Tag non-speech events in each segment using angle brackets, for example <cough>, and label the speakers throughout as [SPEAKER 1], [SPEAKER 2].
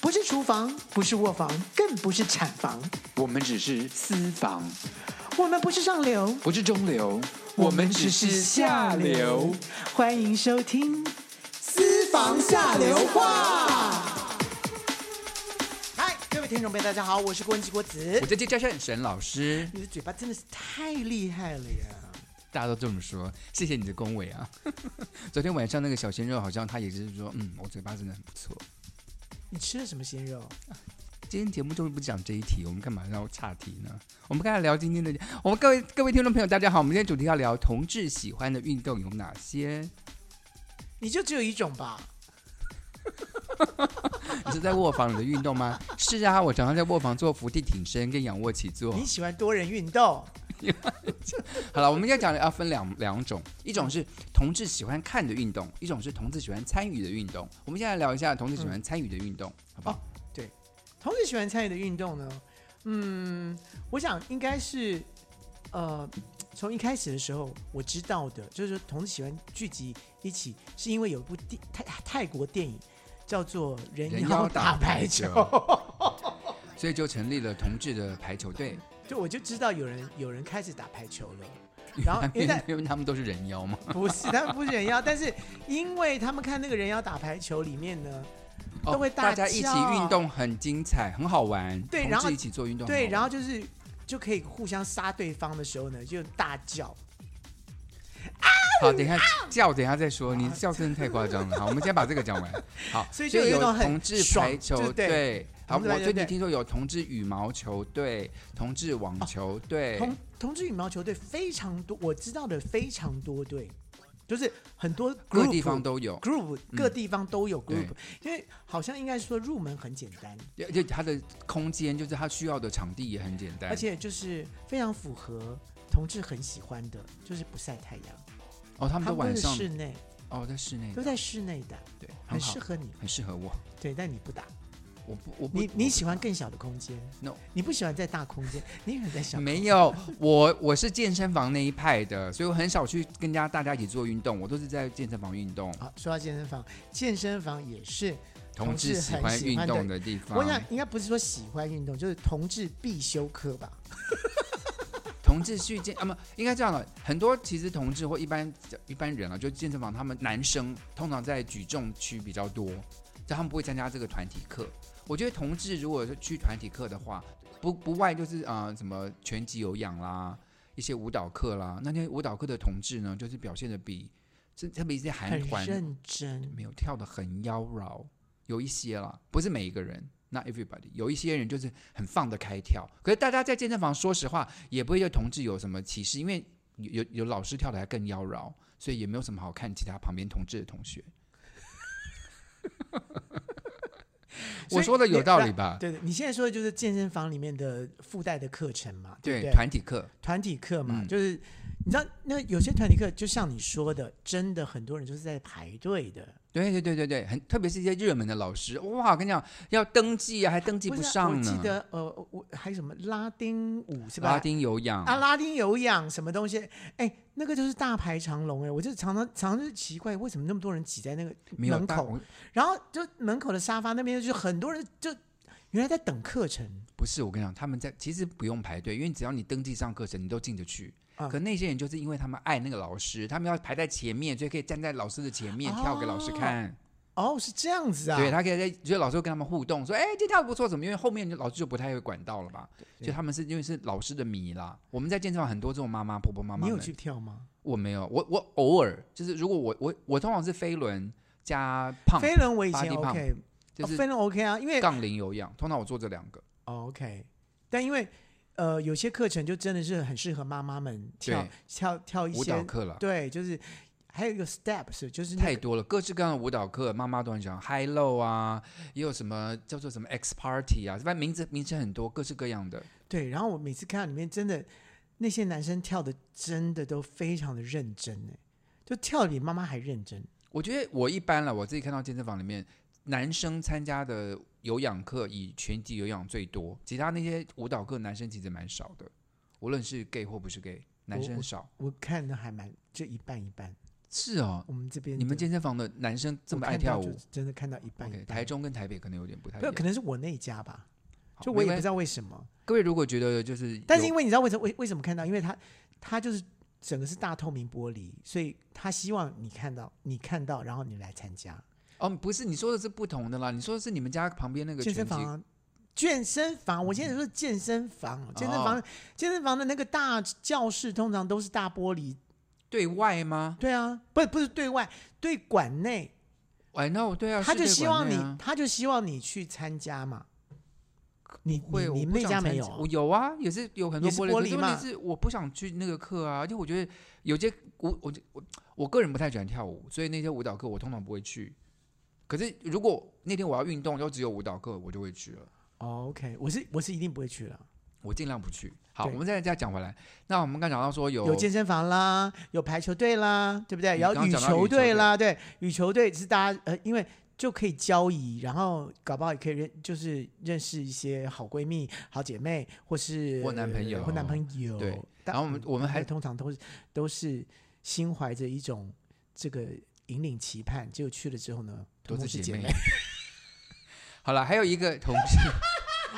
[SPEAKER 1] 不是厨房，不是卧房，更不是产房，
[SPEAKER 2] 我们只是私房，
[SPEAKER 1] 我们不是上流，
[SPEAKER 2] 不是中流，我们只是下流。。
[SPEAKER 1] 欢迎收听《
[SPEAKER 2] 私
[SPEAKER 1] 房下流话》。嗨，各位听众朋友，大家好，我是郭文琪郭子
[SPEAKER 2] 我。在接教训沈老师，
[SPEAKER 1] 你的嘴巴真的是太厉害了呀！
[SPEAKER 2] 大家都这么说，谢谢你的恭维啊。昨天晚上那个小鲜肉好像他也是说，嗯，我嘴巴真的很不错。
[SPEAKER 1] 你吃了什么鲜肉？
[SPEAKER 2] 今天节目就是不讲这一题，我们干嘛要岔题呢？我们刚才聊今天的，我们各位各位听众朋友，大家好，我们今天主题要聊同志喜欢的运动有哪些？
[SPEAKER 1] 你就只有一种吧？
[SPEAKER 2] 你是在卧房里的运动吗？ <laughs> 是啊，我常常在卧房做伏地挺身跟仰卧起坐。
[SPEAKER 1] 你喜欢多人运动？
[SPEAKER 2] 好了，我们要讲的要分两两种，一种是同志喜欢看的运动，一种是同志喜欢参与的运动。我们现在聊一下同志喜欢参与的运动，好不好？
[SPEAKER 1] 同时喜欢参与的运动呢？嗯，我想应该是，呃，从一开始的时候我知道的，就是说同时喜欢聚集一起，是因为有一部电泰泰国电影叫做《人
[SPEAKER 2] 人
[SPEAKER 1] 妖
[SPEAKER 2] 妖打
[SPEAKER 1] 打排
[SPEAKER 2] 排
[SPEAKER 1] 球》
[SPEAKER 2] 所以就成立了同志的排球队。
[SPEAKER 1] <laughs> 就我就知道有人有人开始打排球了。然后因为在
[SPEAKER 2] <laughs> 因为他们都是人妖嘛。
[SPEAKER 1] 不是他们不是人妖，但是因为他们看那个人妖打排球里面呢，<laughs>
[SPEAKER 2] 哦
[SPEAKER 1] 都会大
[SPEAKER 2] 大家一起
[SPEAKER 1] 叫啊
[SPEAKER 2] 运动，很精彩，很好玩。
[SPEAKER 1] 对
[SPEAKER 2] 同
[SPEAKER 1] 然后
[SPEAKER 2] 志一起做运动很好玩，
[SPEAKER 1] 对，然后就是就可以互相杀对方的时候呢，就大叫。
[SPEAKER 2] 好，等一下
[SPEAKER 1] 啊
[SPEAKER 2] 叫，等一下再说。你叫声太夸张了。好，我们先把这个讲完。好，
[SPEAKER 1] <laughs> 所以就
[SPEAKER 2] 所
[SPEAKER 1] 有
[SPEAKER 2] 以
[SPEAKER 1] 一种很
[SPEAKER 2] 同志
[SPEAKER 1] 爽
[SPEAKER 2] 排
[SPEAKER 1] 就
[SPEAKER 2] 球
[SPEAKER 1] 对
[SPEAKER 2] 队。好，
[SPEAKER 1] 同志排
[SPEAKER 2] 我
[SPEAKER 1] 球
[SPEAKER 2] 最
[SPEAKER 1] 队哦
[SPEAKER 2] 近听说有同志羽毛球队、同志网球队，
[SPEAKER 1] 同同志羽毛球队非常多，我知道的非常多队，就是很多 group,
[SPEAKER 2] 各地方都有。
[SPEAKER 1] group 各地方都有 group，、
[SPEAKER 2] 对
[SPEAKER 1] 因为好像应该说入门很简单，
[SPEAKER 2] 而且它的空间就是它需要的场地也很简单，
[SPEAKER 1] 而且就是非常符合同志很喜欢的，就是不晒太阳，
[SPEAKER 2] 哦，他
[SPEAKER 1] 他
[SPEAKER 2] 们都
[SPEAKER 1] 都
[SPEAKER 2] 晚
[SPEAKER 1] 是
[SPEAKER 2] 上
[SPEAKER 1] 室内，
[SPEAKER 2] 哦在室内
[SPEAKER 1] 都在室内打，
[SPEAKER 2] 对，
[SPEAKER 1] 很
[SPEAKER 2] 很好
[SPEAKER 1] 适，合你。
[SPEAKER 2] 很适合我。
[SPEAKER 1] 对，但你不打，
[SPEAKER 2] 我不我不
[SPEAKER 1] 你
[SPEAKER 2] 我
[SPEAKER 1] 你
[SPEAKER 2] 不
[SPEAKER 1] 喜欢更小的空间
[SPEAKER 2] No
[SPEAKER 1] 你不喜欢在大空间， <laughs> 你喜欢在小空
[SPEAKER 2] 没有，我我是健身房那一派的，所以我很少去跟家大家一起做运动，我都是在健身房运动。
[SPEAKER 1] 好，说到健身房，健身房也是
[SPEAKER 2] 同志
[SPEAKER 1] 志
[SPEAKER 2] 喜
[SPEAKER 1] 很
[SPEAKER 2] 欢
[SPEAKER 1] 喜
[SPEAKER 2] 运
[SPEAKER 1] 欢
[SPEAKER 2] 动
[SPEAKER 1] 的
[SPEAKER 2] 的地方，
[SPEAKER 1] 我想应该不是说喜欢运动，就是同志必修课吧。
[SPEAKER 2] 同志去健啊，不，应该这样的。很多其实同志或一般一般人啊，就健身房，他们男生通常在举重区比较多，就他们不会参加这个团体课。我觉得同志如果是去团体课的话，不不外就是啊、呃什么拳击有氧啦，一些舞蹈课啦。那些舞蹈课的同志呢，就是表现的比，这特别是在韩
[SPEAKER 1] 很
[SPEAKER 2] 团
[SPEAKER 1] 认真，
[SPEAKER 2] 没有跳的很妖娆，有一些啦，不是每一个人，not everybody，有一些人就是很放得开跳。可是大家在健身房，说实话，也不会对同志有什么歧视，因为有有有老师跳的还更妖娆，所以也没有什么好看其他旁边同志的同
[SPEAKER 1] <laughs>
[SPEAKER 2] 学。
[SPEAKER 1] 所以
[SPEAKER 2] 我说的有
[SPEAKER 1] 你
[SPEAKER 2] 道理吧？
[SPEAKER 1] 对对，你现在说的就是健身房里面的附带的课程嘛，对不对？
[SPEAKER 2] 团体课，
[SPEAKER 1] 团体课嘛，
[SPEAKER 2] 嗯
[SPEAKER 1] 就是你知道，那有些团体课就像你说的，真的很多人就是在排队的，
[SPEAKER 2] 对对对对对，很特别是一些热门的老师，哇，我跟你讲，要登记啊，还登记
[SPEAKER 1] 不是啊
[SPEAKER 2] 上
[SPEAKER 1] 我
[SPEAKER 2] 呢。
[SPEAKER 1] 记得呃，我还有什么拉丁舞是吧？
[SPEAKER 2] 拉丁有氧
[SPEAKER 1] 啊，拉丁有氧什么东西？哎，那个就是大排长龙哎，我就常常常常就奇怪，为什么那么多人挤在那个
[SPEAKER 2] 没有
[SPEAKER 1] 门
[SPEAKER 2] 大
[SPEAKER 1] 口
[SPEAKER 2] 我
[SPEAKER 1] 然后就门口的沙发那边就很多人就原来在等课程，
[SPEAKER 2] 不是，我跟你讲，他们在其实不用排队，因为只要你登记上课程，你都进得去。
[SPEAKER 1] 嗯
[SPEAKER 2] 可那些人就是因为他们爱那个老师，他们要排在前面，所以可以站在老师的前面、
[SPEAKER 1] 哦
[SPEAKER 2] 跳给老师看。
[SPEAKER 1] 哦，是这样子啊，
[SPEAKER 2] 对他可以在，就是老师会跟他们互动，说：“哎，这跳的不错，怎么？”因为后面就老师就不太会管到了吧。
[SPEAKER 1] 对
[SPEAKER 2] 所以他们是因为是老师的迷啦。我们在健身房很多这种妈妈、婆婆、妈妈
[SPEAKER 1] 你有
[SPEAKER 2] 们，
[SPEAKER 1] 去跳吗？
[SPEAKER 2] 我没有，我我偶尔就是如果我我我通常是飞轮加胖，
[SPEAKER 1] 飞轮我以前
[SPEAKER 2] body pump，
[SPEAKER 1] OK，、
[SPEAKER 2] 就
[SPEAKER 1] 哦
[SPEAKER 2] 是
[SPEAKER 1] 飞轮 OK 啊，因为、
[SPEAKER 2] 杠铃有氧，通常我做这两个。
[SPEAKER 1] 哦、OK，但因为呃有些课程就真的是很适合妈妈们跳
[SPEAKER 2] 对
[SPEAKER 1] 跳跳一
[SPEAKER 2] 舞蹈
[SPEAKER 1] 些，
[SPEAKER 2] 课了。
[SPEAKER 1] 对，就是还有一个 steps，就是那
[SPEAKER 2] 太
[SPEAKER 1] 个
[SPEAKER 2] 多了，各式各样的舞蹈课，妈妈都很喜欢 high low 啊，也有什么叫做什么 X party 啊，反正名字名称很多，各式各样的。
[SPEAKER 1] 对，然后我每次看到里面真的那些男生跳的真的都非常的认真哎，就跳的比妈妈还认真。
[SPEAKER 2] 我觉得我一般了，我自己看到健身房里面男生参加的有氧课以拳击有氧最多，其他那些舞蹈课男生其实蛮少哦的，无论是 gay 或不是 gay，男生少。
[SPEAKER 1] 我看的还蛮就一半一半，
[SPEAKER 3] 是哦，
[SPEAKER 1] 我们这边
[SPEAKER 3] 你们
[SPEAKER 1] 的
[SPEAKER 3] 健身房的男生这
[SPEAKER 1] 我
[SPEAKER 3] 么爱
[SPEAKER 1] 看到
[SPEAKER 3] 跳
[SPEAKER 1] 就
[SPEAKER 3] 舞
[SPEAKER 1] 真的看到一半一
[SPEAKER 3] ？OK，
[SPEAKER 1] 半。
[SPEAKER 3] 台中跟台北可能有点不太一
[SPEAKER 1] 没有，
[SPEAKER 3] 样
[SPEAKER 1] 可。能是我那一家吧，
[SPEAKER 3] 好
[SPEAKER 1] 就我也不
[SPEAKER 3] 没关
[SPEAKER 1] 知道为什么。
[SPEAKER 3] 各位如果觉得就是，
[SPEAKER 1] 但是因为你知道为什么为为什么看到？因为他他就是整个是大透明玻璃，所以他希望你看到，你看到，然后你来参加
[SPEAKER 3] 哦，不是你说的是不同的啦，你说的是你们家旁边那个
[SPEAKER 1] 健身
[SPEAKER 3] 拳击嗯
[SPEAKER 1] 房啊。健身房，我现在说健身房，
[SPEAKER 3] 哦
[SPEAKER 1] 健身房，健身房的那个大教室通常都是大玻璃，
[SPEAKER 3] 对外吗？
[SPEAKER 1] 对啊，不不是对外，对馆内，
[SPEAKER 3] 哎，那我对啊，
[SPEAKER 1] 他
[SPEAKER 3] 是
[SPEAKER 1] 就
[SPEAKER 3] 对
[SPEAKER 1] 希
[SPEAKER 3] 馆
[SPEAKER 1] 望
[SPEAKER 3] 内
[SPEAKER 1] 你
[SPEAKER 3] 啊，
[SPEAKER 1] 他就希望你去参加嘛。你
[SPEAKER 3] 会，
[SPEAKER 1] 你
[SPEAKER 3] 我
[SPEAKER 1] 你
[SPEAKER 3] 不
[SPEAKER 1] 们那
[SPEAKER 3] 想
[SPEAKER 1] 家
[SPEAKER 3] 参
[SPEAKER 1] 没有
[SPEAKER 3] 加
[SPEAKER 1] 啊
[SPEAKER 3] 我？有啊，也是有很多
[SPEAKER 1] 也是
[SPEAKER 3] 玻璃，
[SPEAKER 1] 玻
[SPEAKER 3] 可是
[SPEAKER 1] 璃
[SPEAKER 3] 问
[SPEAKER 1] 嘛
[SPEAKER 3] 题是我不想去那个课啊，因为我觉得有些我我我我个人不太喜欢跳舞，所以那些舞蹈课我通常不会去。可是如果那天我要运动，又只有舞蹈课，我就会去了。
[SPEAKER 1] 哦，OK，我是我是一定不会去了。
[SPEAKER 3] 我尽量不去。好，
[SPEAKER 1] 对
[SPEAKER 3] 我们再再讲回来。那我们刚讲到说有
[SPEAKER 1] 有健身房啦，有排球队啦，对不对？
[SPEAKER 3] 你
[SPEAKER 1] 然
[SPEAKER 3] 刚
[SPEAKER 1] 后
[SPEAKER 3] 刚
[SPEAKER 1] 羽
[SPEAKER 3] 讲到羽
[SPEAKER 1] 球
[SPEAKER 3] 球队
[SPEAKER 1] 队啦，对，羽球队是大家呃，因为就可以交谊，然后搞不好也可以认，就是认识一些好闺蜜、好姐妹，或是
[SPEAKER 3] 或男朋友
[SPEAKER 1] 或男朋友。
[SPEAKER 3] 对
[SPEAKER 1] 但
[SPEAKER 3] 然后我们
[SPEAKER 1] 嗯
[SPEAKER 3] 我们还
[SPEAKER 1] 通常都是都是心怀着一种这个引领期盼，结果去了之后呢，
[SPEAKER 3] 都
[SPEAKER 1] 通通
[SPEAKER 3] 是
[SPEAKER 1] 是
[SPEAKER 3] 姐
[SPEAKER 1] 姐
[SPEAKER 3] 妹 <laughs>
[SPEAKER 1] 妹。。
[SPEAKER 3] 好了，还有一个同事 <laughs>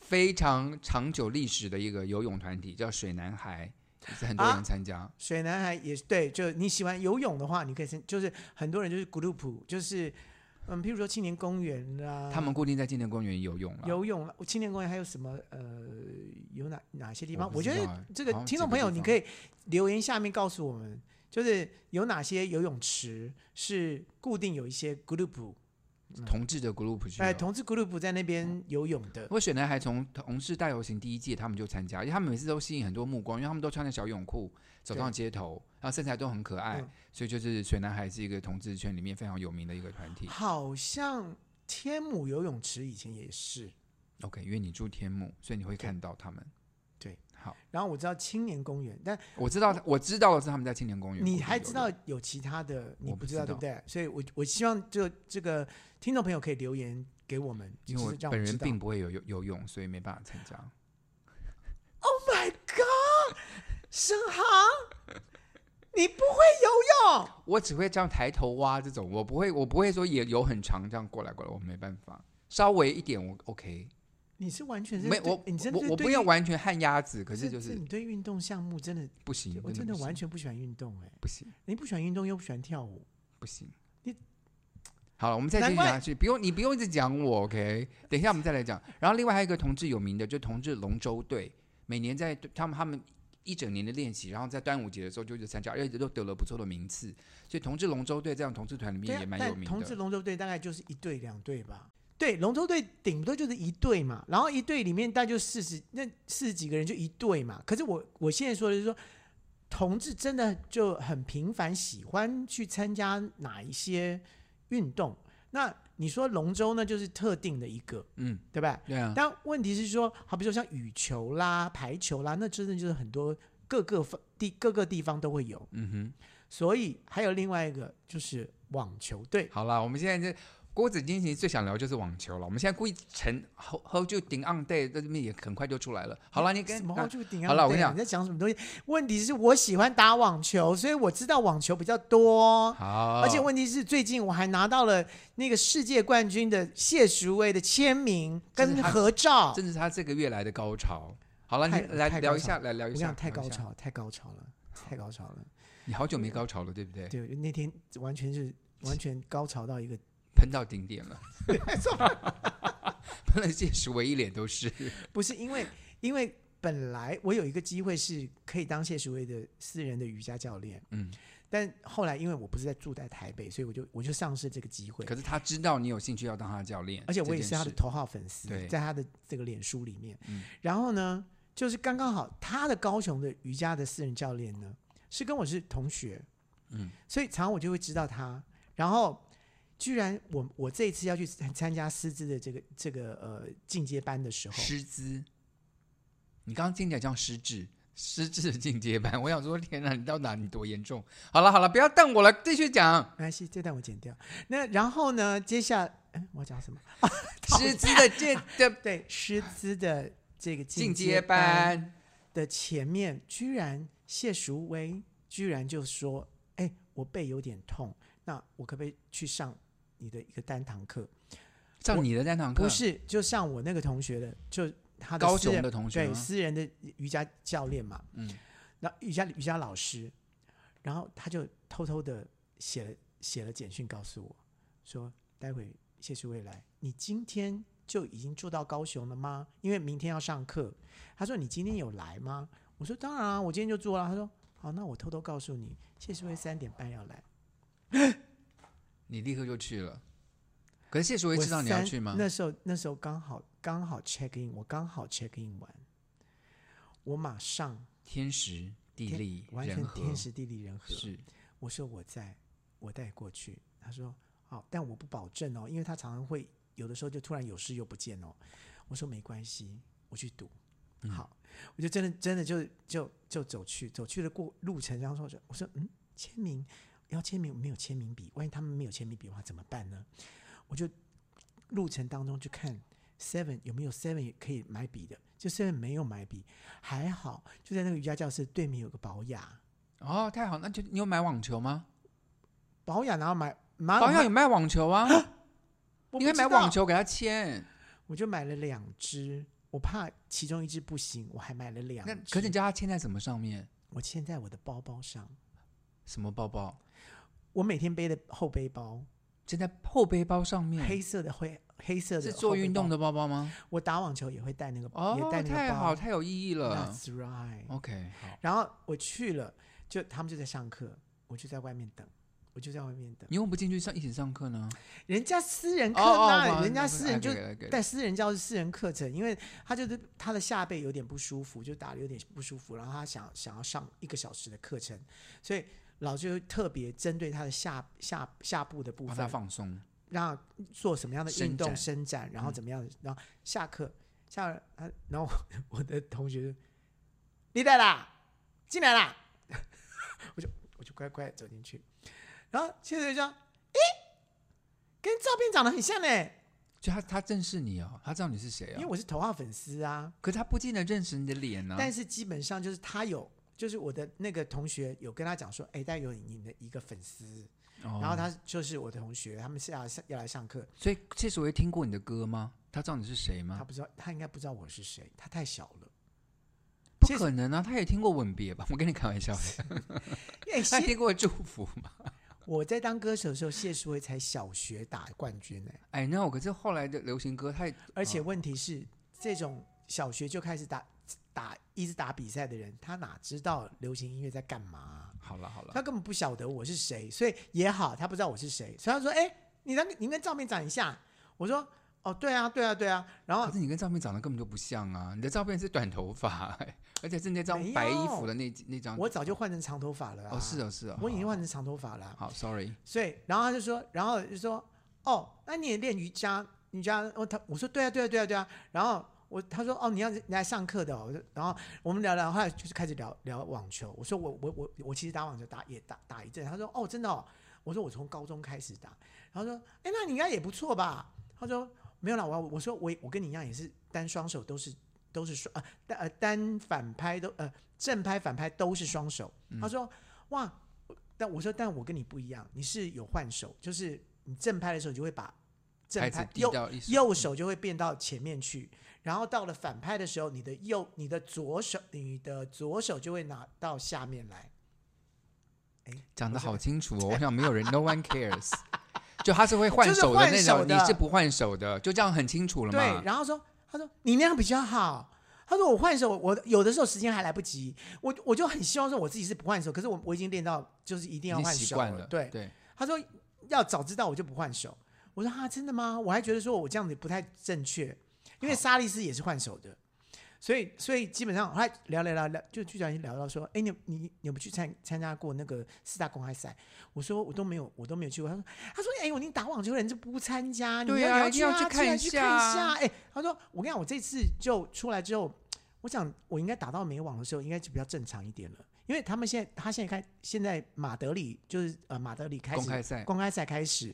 [SPEAKER 3] 非常长久历史的一个游泳团体叫水男孩，也是很多
[SPEAKER 1] 啊
[SPEAKER 3] 人参加。
[SPEAKER 1] 水男孩也是对，就你喜欢游泳的话，你可以先就是很多人就是 group，就是嗯，譬如说青年公园啊啦，
[SPEAKER 3] 他们固定在纪念公园游泳了。
[SPEAKER 1] 游泳了，青年公园还有什么？呃，有哪哪些地方？
[SPEAKER 3] 不
[SPEAKER 1] 我
[SPEAKER 3] 知
[SPEAKER 1] 觉得
[SPEAKER 3] 道哎
[SPEAKER 1] 这个
[SPEAKER 3] 好像
[SPEAKER 1] 听
[SPEAKER 3] 几
[SPEAKER 1] 众朋
[SPEAKER 3] 个
[SPEAKER 1] 友，你
[SPEAKER 3] 地方
[SPEAKER 1] 可以留言下面告诉我们，就是有哪些游泳池是固定有一些 group，
[SPEAKER 3] 同志的 group 去游。
[SPEAKER 1] 哎、同志 group 在那边游泳的
[SPEAKER 3] 不。过水男孩从同事大游行第一届他们就参加，因为他们每次都吸引很多目光，因为他们都穿着小泳裤走上街头，然后身材都很可爱，
[SPEAKER 1] 嗯
[SPEAKER 3] 所以就是水男孩是一个同志圈里面非常有名的一个团体。
[SPEAKER 1] 好像天母游泳池以前也是，
[SPEAKER 3] OK，因为你住天幕，所以你会看到他们。
[SPEAKER 1] 对，
[SPEAKER 3] 好，
[SPEAKER 1] 然后我知道青年公园，但
[SPEAKER 3] 我知道，我知道的是他们在青年公园。
[SPEAKER 1] 你还知道？有其他的，你
[SPEAKER 3] 我不
[SPEAKER 1] 不知
[SPEAKER 3] 知
[SPEAKER 1] 道对
[SPEAKER 3] 道
[SPEAKER 1] 不对？所以我我希望就这个听众朋友可以留言给我们，
[SPEAKER 3] 因为
[SPEAKER 1] 就是
[SPEAKER 3] 我
[SPEAKER 1] 让
[SPEAKER 3] 本
[SPEAKER 1] 们
[SPEAKER 3] 人
[SPEAKER 1] 知道
[SPEAKER 3] 并不会游游游泳，所以没办法参加。
[SPEAKER 1] Oh my god！沈航，你不会游泳？
[SPEAKER 3] 我只会这样抬头蛙这种，我不会，我不会说也游很长这样过来过来，我没办法。稍微一点我 OK，
[SPEAKER 1] 你是完全是
[SPEAKER 3] 没
[SPEAKER 1] 对
[SPEAKER 3] 我
[SPEAKER 1] 你真的
[SPEAKER 3] 我
[SPEAKER 1] 对
[SPEAKER 3] 我
[SPEAKER 1] 对
[SPEAKER 3] 不要
[SPEAKER 1] 运
[SPEAKER 3] 完全旱鸭子，可是
[SPEAKER 1] 这
[SPEAKER 3] 就
[SPEAKER 1] 这
[SPEAKER 3] 是
[SPEAKER 1] 你对运动项目真的，
[SPEAKER 3] 不行，
[SPEAKER 1] 我真的
[SPEAKER 3] 的
[SPEAKER 1] 完
[SPEAKER 3] 全
[SPEAKER 1] 全不喜欢运动哎、
[SPEAKER 3] 不行
[SPEAKER 1] 你不喜欢运动又不喜欢跳舞，
[SPEAKER 3] 不行
[SPEAKER 1] 你。
[SPEAKER 3] 好了，我们再继续
[SPEAKER 1] 难怪
[SPEAKER 3] 下去，不用你不用一直讲我 OK，等一下我们再来讲。然后另外还有一个同志有名的，就同志龙舟队，每年在他们他们一整年的练习，然后在端午节的时候就一直参加，而且都得了不错的名次。所以同志龙舟队这样同志团里
[SPEAKER 1] 对
[SPEAKER 3] 面
[SPEAKER 1] 啊
[SPEAKER 3] 也蛮有
[SPEAKER 1] 但
[SPEAKER 3] 名
[SPEAKER 1] 同志
[SPEAKER 3] 的。
[SPEAKER 1] 龙舟队大概就是一队两队吧。对，龙舟队顶多就是一队嘛，然后一队里面大概就四十，那四十几个人就一队嘛。可是我我现在说的是说，同志真的就很频繁喜欢去参加哪一些运动。那你说龙舟呢，就是特定的一个，
[SPEAKER 3] 嗯，
[SPEAKER 1] 对吧？
[SPEAKER 3] 对啊，
[SPEAKER 1] 但问题是说，好比说像羽球啦、排球啦，那真的就是很多各个方地各个地方都会有。
[SPEAKER 3] 嗯哼。
[SPEAKER 1] 所以还有另外一个就是网球队，
[SPEAKER 3] 好啦，我们现在这郭子金其实最想聊就是网球了。我们现在故意沉 hold hold 就顶 on day，在这边也很快就出来了。好了，你跟
[SPEAKER 1] 什么
[SPEAKER 3] 那
[SPEAKER 1] 就顶啊
[SPEAKER 3] 好了我跟你
[SPEAKER 1] 对啊
[SPEAKER 3] 讲
[SPEAKER 1] 你在讲什么东西？问题是我喜欢打网球，所以我知道网球比较多。
[SPEAKER 3] 好，
[SPEAKER 1] 而且问题是，最近我还拿到了那个世界冠军的谢淑薇的签名
[SPEAKER 3] 这是
[SPEAKER 1] 跟
[SPEAKER 3] 他
[SPEAKER 1] 合照，
[SPEAKER 3] 这是他这个月来的高潮。好了，你
[SPEAKER 1] 太
[SPEAKER 3] 来
[SPEAKER 1] 太
[SPEAKER 3] 聊
[SPEAKER 1] 高
[SPEAKER 3] 一下，
[SPEAKER 1] 潮
[SPEAKER 3] 来聊
[SPEAKER 1] 我
[SPEAKER 3] 一
[SPEAKER 1] 跟你
[SPEAKER 3] 下，
[SPEAKER 1] 讲太
[SPEAKER 3] 聊一
[SPEAKER 1] 高
[SPEAKER 3] 下。
[SPEAKER 1] 潮，太高潮了，太高潮了。
[SPEAKER 3] 你好哎久没高潮了，对不对？
[SPEAKER 1] 对，那天完全是完全高潮到一个
[SPEAKER 3] 喷到顶
[SPEAKER 1] <laughs>
[SPEAKER 3] 点了，喷了谢淑薇一脸
[SPEAKER 1] <laughs>
[SPEAKER 3] 都是。
[SPEAKER 1] 不是因为，因为本来我有一个机会是可以当谢淑薇的私人的瑜伽教练，
[SPEAKER 3] 嗯，
[SPEAKER 1] 但后来因为我不是在住在台北，所以我就我就丧失这个机会
[SPEAKER 3] 可，是他知道你有兴趣要当他的教练，
[SPEAKER 1] 而且
[SPEAKER 3] 这
[SPEAKER 1] 我也
[SPEAKER 3] 件
[SPEAKER 1] 是他的
[SPEAKER 3] 事
[SPEAKER 1] 头号粉丝
[SPEAKER 3] 对，
[SPEAKER 1] 在他的这个脸书里面，
[SPEAKER 3] 嗯
[SPEAKER 1] 然后呢，就是刚刚好他的高雄的瑜伽的私人教练呢是跟我是同学，
[SPEAKER 3] 嗯，
[SPEAKER 1] 所以常常我就会知道他，然后。居然我我这一次要去参参加师资的这个这个呃进阶班的时候，
[SPEAKER 3] 师资。你刚刚听起来像失智，失智进阶班。我想说，天哪，你到哪里多严重？好了好了，不要瞪我了，继续讲。
[SPEAKER 1] 没关系，这段我剪掉。那然后呢？接下嗯，我要讲什么？
[SPEAKER 3] 师资的进
[SPEAKER 1] <laughs>
[SPEAKER 3] 的
[SPEAKER 1] 对，师资的这个
[SPEAKER 3] 进阶
[SPEAKER 1] 阶班
[SPEAKER 3] 班，
[SPEAKER 1] 的前面，居然谢淑薇居然就说：“哎，我背有点痛，那我可不可以去上你的一个单堂课？啊
[SPEAKER 2] 上你的那堂课
[SPEAKER 1] 不是，就上我那个同学的，就他的
[SPEAKER 2] 高
[SPEAKER 1] 私
[SPEAKER 2] 雄
[SPEAKER 1] 人
[SPEAKER 2] 的同学
[SPEAKER 1] 对
[SPEAKER 2] 吗？
[SPEAKER 1] 私人的瑜伽教练嘛，
[SPEAKER 2] 嗯，
[SPEAKER 1] 那瑜伽瑜伽老师，然后他就偷偷的写了写了简讯告诉我，说待会谢淑慧来，你今天就已经住到高雄了吗？因为明天要上课。他说你今天有来吗？我说当然啊，我今天就住了。他说好，那我偷偷告诉你，谢淑慧三点半要来。
[SPEAKER 2] 你立刻就去了。可是谢淑
[SPEAKER 1] 我
[SPEAKER 2] 薇知道你要
[SPEAKER 1] 三
[SPEAKER 2] 去吗？
[SPEAKER 1] 那时候那时候刚好刚好 check in，我刚好 check in 完，我马上
[SPEAKER 2] 天时地
[SPEAKER 1] 天
[SPEAKER 2] 利
[SPEAKER 1] 完
[SPEAKER 2] 人
[SPEAKER 1] 全
[SPEAKER 2] 和
[SPEAKER 1] 天时地利人和。
[SPEAKER 2] 是
[SPEAKER 1] 我说我在，我带过去。他说好、但我不保证哦，因为他常常会有的时候就突然有事又不见哦。我说没关系，我去赌。好，我就真的真的就就就走去走去的过路程，然后说我说嗯，签名要签名没有签名笔，万一他们没有签名笔的话怎么办呢？我就路程当中去看 Seven 有没有 Seven 可以买笔的，就 Seven 没有买笔，还好就在那个瑜伽教室对面有个保雅，
[SPEAKER 2] 哦，太好，那就你有买网球吗？
[SPEAKER 1] 保雅然后买马
[SPEAKER 2] 保养有卖网球啊，
[SPEAKER 1] 我
[SPEAKER 2] 应该
[SPEAKER 1] 不
[SPEAKER 2] 买
[SPEAKER 1] 知道
[SPEAKER 2] 网，球给他签。
[SPEAKER 1] 我就买了两只，我怕其中一只不行，我还买了两
[SPEAKER 2] 那
[SPEAKER 1] 只。
[SPEAKER 2] 可是你叫他签在什么上面？
[SPEAKER 1] 我嵌在我的包包上，
[SPEAKER 2] 什么包包？
[SPEAKER 1] 我每天背的后背包，
[SPEAKER 2] 签在后背包上面，
[SPEAKER 1] 黑色的灰，黑色的
[SPEAKER 2] 嗯是做运
[SPEAKER 1] 的。
[SPEAKER 2] 动的包包吗？
[SPEAKER 1] 我打网球也会带那个，
[SPEAKER 2] 哦
[SPEAKER 1] 也带，那个
[SPEAKER 2] 太好，
[SPEAKER 1] 包。
[SPEAKER 2] 哦太有意义了。
[SPEAKER 1] That's right。
[SPEAKER 2] OK，好，
[SPEAKER 1] 然后我去了，就他们就在上课，我就在外面等，我就在外面等。
[SPEAKER 2] 你为什么不进去上一起上课呢？
[SPEAKER 1] 人家私人课
[SPEAKER 2] 哦哦，
[SPEAKER 1] 那
[SPEAKER 2] 哇
[SPEAKER 1] 人家
[SPEAKER 2] 那不
[SPEAKER 1] 私
[SPEAKER 2] 哎
[SPEAKER 1] 人就
[SPEAKER 2] 可以了可以了
[SPEAKER 1] 带私人教室私人课程，因为他就是他的下背有点不舒服，就打的有点不舒服，然后他想想要上一个小时的课程，所以老师就特别针对他的下下下部的部
[SPEAKER 2] 帮他
[SPEAKER 1] 分，
[SPEAKER 2] 放松。
[SPEAKER 1] 让他做什么样的
[SPEAKER 2] 伸
[SPEAKER 1] 运动
[SPEAKER 2] 展嗯
[SPEAKER 1] 伸展，然后怎么样，然后下课下了他，然后我 <laughs> 我的同学就李代啦，进来啦， <laughs> 我就我就乖乖地走进去，然后谢学说，诶，跟照片长得很像呢、
[SPEAKER 2] 就他他认识你哦，他知道你是谁
[SPEAKER 1] 因为
[SPEAKER 2] 哦，
[SPEAKER 1] 我是头号粉丝啊，
[SPEAKER 2] 可是他不见得认识你的脸
[SPEAKER 3] 啊
[SPEAKER 2] 呢。
[SPEAKER 1] 但是基本上就是他有，就是我的那个同学有跟他讲说，哎，戴有你的一个粉丝，
[SPEAKER 2] 哦
[SPEAKER 1] 然后他就是我的同学，他们是要上要来上课，
[SPEAKER 2] 所以谢淑薇听过你的歌吗？他知道你是谁
[SPEAKER 3] 啊
[SPEAKER 1] 他
[SPEAKER 2] 吗？
[SPEAKER 1] 不知道，他应该不知道我是谁，他太小了。
[SPEAKER 2] 不
[SPEAKER 1] 谢淑
[SPEAKER 2] 可能啊，他也听过吻别吧？我跟你开玩笑的，
[SPEAKER 1] 哎，
[SPEAKER 2] 他也
[SPEAKER 1] 谢
[SPEAKER 2] 听过祝福嘛？
[SPEAKER 1] 我在当歌手的时候，谢淑薇才小学打冠军呢、欸
[SPEAKER 2] 哎，那我可是后来的流行歌，他也
[SPEAKER 1] 而且问题是，这种小学就开始打打一直打比赛的人，他哪知道流行音乐在干嘛啊、
[SPEAKER 2] 好了好了
[SPEAKER 1] 他，根本不晓得我是谁，所以也好，他不知道我是谁，所以他说：“哎、你那个你跟照片长一下。”我说：“哦，对啊，对啊，对啊。”然后
[SPEAKER 2] 可是你跟照片长得根本就不像啊！你的照片是短头发、 <laughs> 哎而且是那张
[SPEAKER 1] 没有
[SPEAKER 2] 白衣服的那那张。
[SPEAKER 1] 我早就换成长头发了、啊
[SPEAKER 2] 哦，是，哦，是哦，
[SPEAKER 1] 我已经
[SPEAKER 2] 好
[SPEAKER 1] 换成长头发了啊、
[SPEAKER 2] 好，sorry，
[SPEAKER 1] 所以，然后他就说，然后就说：“哦，那你也练瑜伽？瑜伽？”哦，他我说：“对啊，对啊，对啊，对啊。”然后我他说：“哦，你要你来上课的、哦。”我说然后我们聊聊，后来就是开始聊聊网球。我说我：“我我我其实打网球打也打打一阵。”他说：“哦，真的哦。”我说：“我从高中开始打。”然后说：“哎，那你应该也不错吧？”他说：“没有啦，我我说我我跟你一样也是单双手都是都是双啊单呃单反拍都呃正拍反拍都是双手。
[SPEAKER 2] 嗯
[SPEAKER 1] 他说：“哇，但我说但我跟你不一样，你是有换手，就是你正拍的时候你就会把正
[SPEAKER 2] 孩子
[SPEAKER 1] 拍
[SPEAKER 2] 递
[SPEAKER 1] 右
[SPEAKER 2] 到一手嗯
[SPEAKER 1] 右手就会变到前面去，然后到了反拍的时候，你的右你的左手你的左手就会拿到下面来。
[SPEAKER 2] 讲
[SPEAKER 1] 不
[SPEAKER 2] 得
[SPEAKER 1] 是
[SPEAKER 2] 好清楚哦。我想没
[SPEAKER 1] <laughs>
[SPEAKER 2] 有人，no one cares，就他是会换
[SPEAKER 1] 就是
[SPEAKER 2] 手的
[SPEAKER 1] 换
[SPEAKER 2] 那
[SPEAKER 1] 手
[SPEAKER 2] 种，
[SPEAKER 1] 的
[SPEAKER 2] 你是不换手的，就这样很清楚了
[SPEAKER 1] 对，
[SPEAKER 2] 嘛。
[SPEAKER 1] 然后说，他说你那样比较好。他说我换手，我有的时候时间还来不及，我我就很希望说我自己是不换手，可是我我已经练到就是一定
[SPEAKER 2] 已
[SPEAKER 1] 要
[SPEAKER 2] 经
[SPEAKER 1] 换
[SPEAKER 2] 习
[SPEAKER 1] 手
[SPEAKER 2] 惯了，
[SPEAKER 1] 对，
[SPEAKER 2] 对，
[SPEAKER 1] 他说要早知道我就不换手。我说啊，真的吗？我还觉得说我这样子不太正确，因为
[SPEAKER 2] 好
[SPEAKER 1] 莎莉丝也是换手的，所以所以基本上后来聊聊聊聊，就剧长已经聊到说，哎，你你你有没有去参参加过那个四大公开赛？我说我都没有，我都没有去过。他说他说哎，我你打网球的人就不参加，你
[SPEAKER 2] 对
[SPEAKER 1] 要、
[SPEAKER 2] 啊
[SPEAKER 1] 你要
[SPEAKER 2] 一定
[SPEAKER 1] 去
[SPEAKER 2] 要
[SPEAKER 1] 啊
[SPEAKER 2] 去看
[SPEAKER 1] 去啊
[SPEAKER 2] 一
[SPEAKER 1] 去
[SPEAKER 2] 下
[SPEAKER 1] 看
[SPEAKER 2] 啊
[SPEAKER 1] 一下。哎，他说我跟你讲，我这次就出来之后，我想我应该打到美网的时候，应该就比较正常一点了。因为他们现在，他现在开，现在马德里就是呃马德里开始
[SPEAKER 2] 公开赛
[SPEAKER 1] 公开赛开始，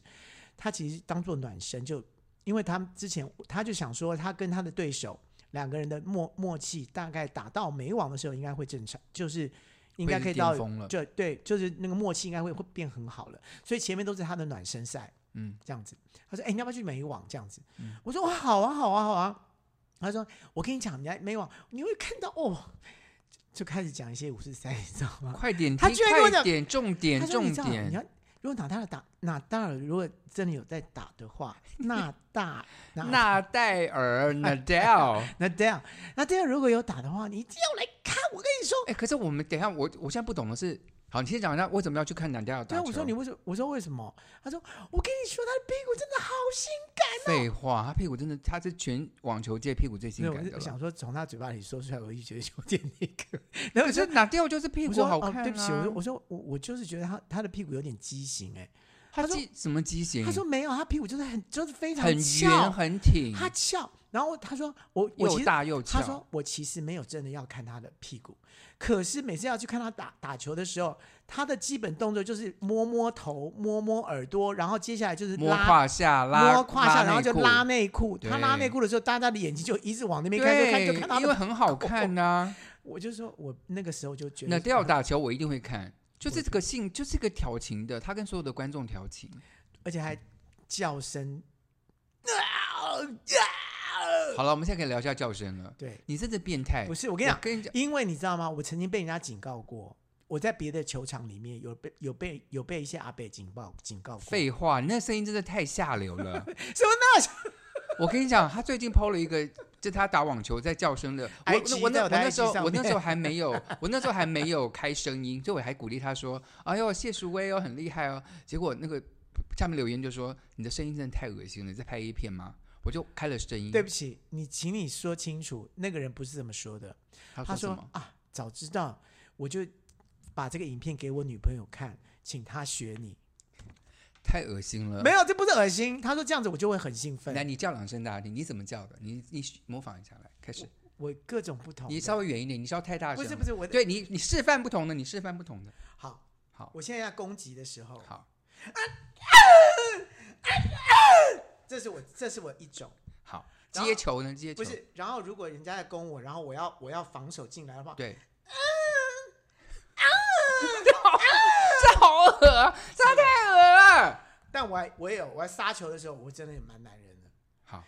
[SPEAKER 1] 他其实当做暖身，就因为他们之前他就想说，他跟他的对手两个人的默默契，大概打到没网的时候应该会正常，就是应该
[SPEAKER 2] 会
[SPEAKER 1] 可
[SPEAKER 2] 是
[SPEAKER 1] 以到
[SPEAKER 2] 巅峰了。
[SPEAKER 1] 这对，就是那个默契应该会会变很好了。所以前面都是他的暖身赛，
[SPEAKER 2] 嗯，
[SPEAKER 1] 这样子。他说：“哎、你要不要去美网？”这样子，
[SPEAKER 2] 嗯
[SPEAKER 1] 我说：“哇，好啊，好啊，好啊。”他说：“我跟你讲，你来美网，你会看到哦。”就开始讲一些五十三，你知道吗？
[SPEAKER 2] 快点踢，
[SPEAKER 1] 他居然跟我
[SPEAKER 2] 快
[SPEAKER 1] 讲
[SPEAKER 2] 点，重点，
[SPEAKER 1] 他说：“你知
[SPEAKER 2] 重
[SPEAKER 1] 道，你
[SPEAKER 2] 点。
[SPEAKER 1] 要如果纳达尔打纳达尔，如果真的有在打的
[SPEAKER 2] <laughs>
[SPEAKER 1] 话，纳大纳
[SPEAKER 2] 纳戴
[SPEAKER 1] <laughs>
[SPEAKER 2] 尔 （Nadal），
[SPEAKER 1] 那这样，那这样如果有打的话，你一定要来看。我跟你说，
[SPEAKER 2] 哎，可是我们等一下，我我现在不懂的是，好，你先讲一下为什么要去看 Nadal 打
[SPEAKER 1] 对啊，
[SPEAKER 2] 球？
[SPEAKER 1] 我说你为什么？我说为什么？他说我跟你说，他的屁股真的好性
[SPEAKER 2] 废话，他屁股真的，他是全网球界屁股最性
[SPEAKER 1] 感。
[SPEAKER 2] 感
[SPEAKER 1] 我
[SPEAKER 2] 的
[SPEAKER 1] 就
[SPEAKER 2] 了。
[SPEAKER 1] 想说，从他嘴巴里说出来，我就觉得有点 <laughs> 那个。然后
[SPEAKER 2] 可
[SPEAKER 1] 我就是
[SPEAKER 2] Nadal 就是屁
[SPEAKER 1] 我
[SPEAKER 2] 股
[SPEAKER 1] 说
[SPEAKER 2] 好
[SPEAKER 1] 哦
[SPEAKER 2] 看啊。
[SPEAKER 1] 对不起，我说我说我我就是觉得他他的屁股有点畸形哎、
[SPEAKER 2] 他
[SPEAKER 1] 他说
[SPEAKER 2] 肌什么畸形？
[SPEAKER 1] 他说没有，他屁股就是很就是非常
[SPEAKER 2] 很圆
[SPEAKER 1] 翘，
[SPEAKER 2] 很挺，
[SPEAKER 1] 他翘。然后他说我我
[SPEAKER 2] 又
[SPEAKER 1] 其实
[SPEAKER 2] 大又
[SPEAKER 1] 他
[SPEAKER 2] 翘
[SPEAKER 1] 说。我其实没有真的要看他的屁股，可是每次要去看他打打球的时候，他的基本动作就是摸摸头、摸摸耳朵，然后接下来就是
[SPEAKER 2] 摸
[SPEAKER 1] 拉。
[SPEAKER 2] 胯下，拉
[SPEAKER 1] 摸胯下，
[SPEAKER 2] 内
[SPEAKER 1] 然后就
[SPEAKER 2] 裤
[SPEAKER 1] 拉内裤。他拉
[SPEAKER 2] 对
[SPEAKER 1] 内裤的时候，大家的眼睛就一直往那边看，就看
[SPEAKER 2] 对，
[SPEAKER 1] 就看他
[SPEAKER 2] 因为
[SPEAKER 1] 的。
[SPEAKER 2] 很好看
[SPEAKER 1] <laughs>
[SPEAKER 2] 呐、
[SPEAKER 1] 我就说，我那个时候就觉得
[SPEAKER 2] 那吊打球我一定会看，就是这个性，就是个调情的，他跟所有的观众调情，
[SPEAKER 1] 而且还叫声。
[SPEAKER 2] 好了，我们现在可以聊一下叫声了。
[SPEAKER 1] 对，
[SPEAKER 2] 你真的变态！
[SPEAKER 1] 不
[SPEAKER 2] 我
[SPEAKER 1] 是我跟你讲，
[SPEAKER 2] 跟你讲，
[SPEAKER 1] 因为你知道吗？我曾经被人家警告过，我在别的球场里面有被有被有被一些阿伯警报警告过。
[SPEAKER 2] 废话，你那声音真的太下流了。
[SPEAKER 1] <laughs> 什么 <laughs>
[SPEAKER 2] 我跟你讲，他最近抛了一个，就他打网球在叫声的。我
[SPEAKER 1] IG
[SPEAKER 2] 我我那
[SPEAKER 1] 在我
[SPEAKER 2] 我
[SPEAKER 1] 的
[SPEAKER 2] 那时候
[SPEAKER 1] IG 上
[SPEAKER 2] 我那时候
[SPEAKER 1] 面
[SPEAKER 2] 还没有， <laughs> 我那时候还没有开声音，所以我还鼓励他说：“哎呦，谢淑薇哦，很厉害哦。”结果那个下面留言就说：“你的声音真的太恶心了，你在拍 A 片吗？”我就开了声音，
[SPEAKER 1] 对，不起，你请你说清楚，那个人不是这么说的。
[SPEAKER 2] 他
[SPEAKER 1] 他
[SPEAKER 2] 说什
[SPEAKER 1] 说
[SPEAKER 2] 么？
[SPEAKER 1] 啊，早知道我就把这个影片给我女朋友看，请她学你。
[SPEAKER 2] 太恶心了，
[SPEAKER 1] 没有，这不是恶心。他说这样子我就会很兴
[SPEAKER 2] 来，
[SPEAKER 1] 奋。
[SPEAKER 2] 呃你叫两声大家听，你怎么叫的？你你模仿一下来，开始。
[SPEAKER 1] 我各种不同的。
[SPEAKER 2] 你稍微远一点，你不要太大声
[SPEAKER 1] 不
[SPEAKER 2] 了。
[SPEAKER 1] 是不是我的
[SPEAKER 2] 对你你示范不同的，你示范不同的。
[SPEAKER 1] 好
[SPEAKER 2] 好
[SPEAKER 1] 我现在要攻击的时候，
[SPEAKER 2] 好
[SPEAKER 1] 这是我这是我一种
[SPEAKER 2] 好，
[SPEAKER 1] 然后
[SPEAKER 2] 接球呢？接球
[SPEAKER 1] 不是。然后如果人家在攻我，然后我要我要防守进来的话，
[SPEAKER 2] 对。这好恶啊，这太恶了。
[SPEAKER 1] 但我还我也有我要杀球的时候，我真的也蛮男人的。
[SPEAKER 2] 好。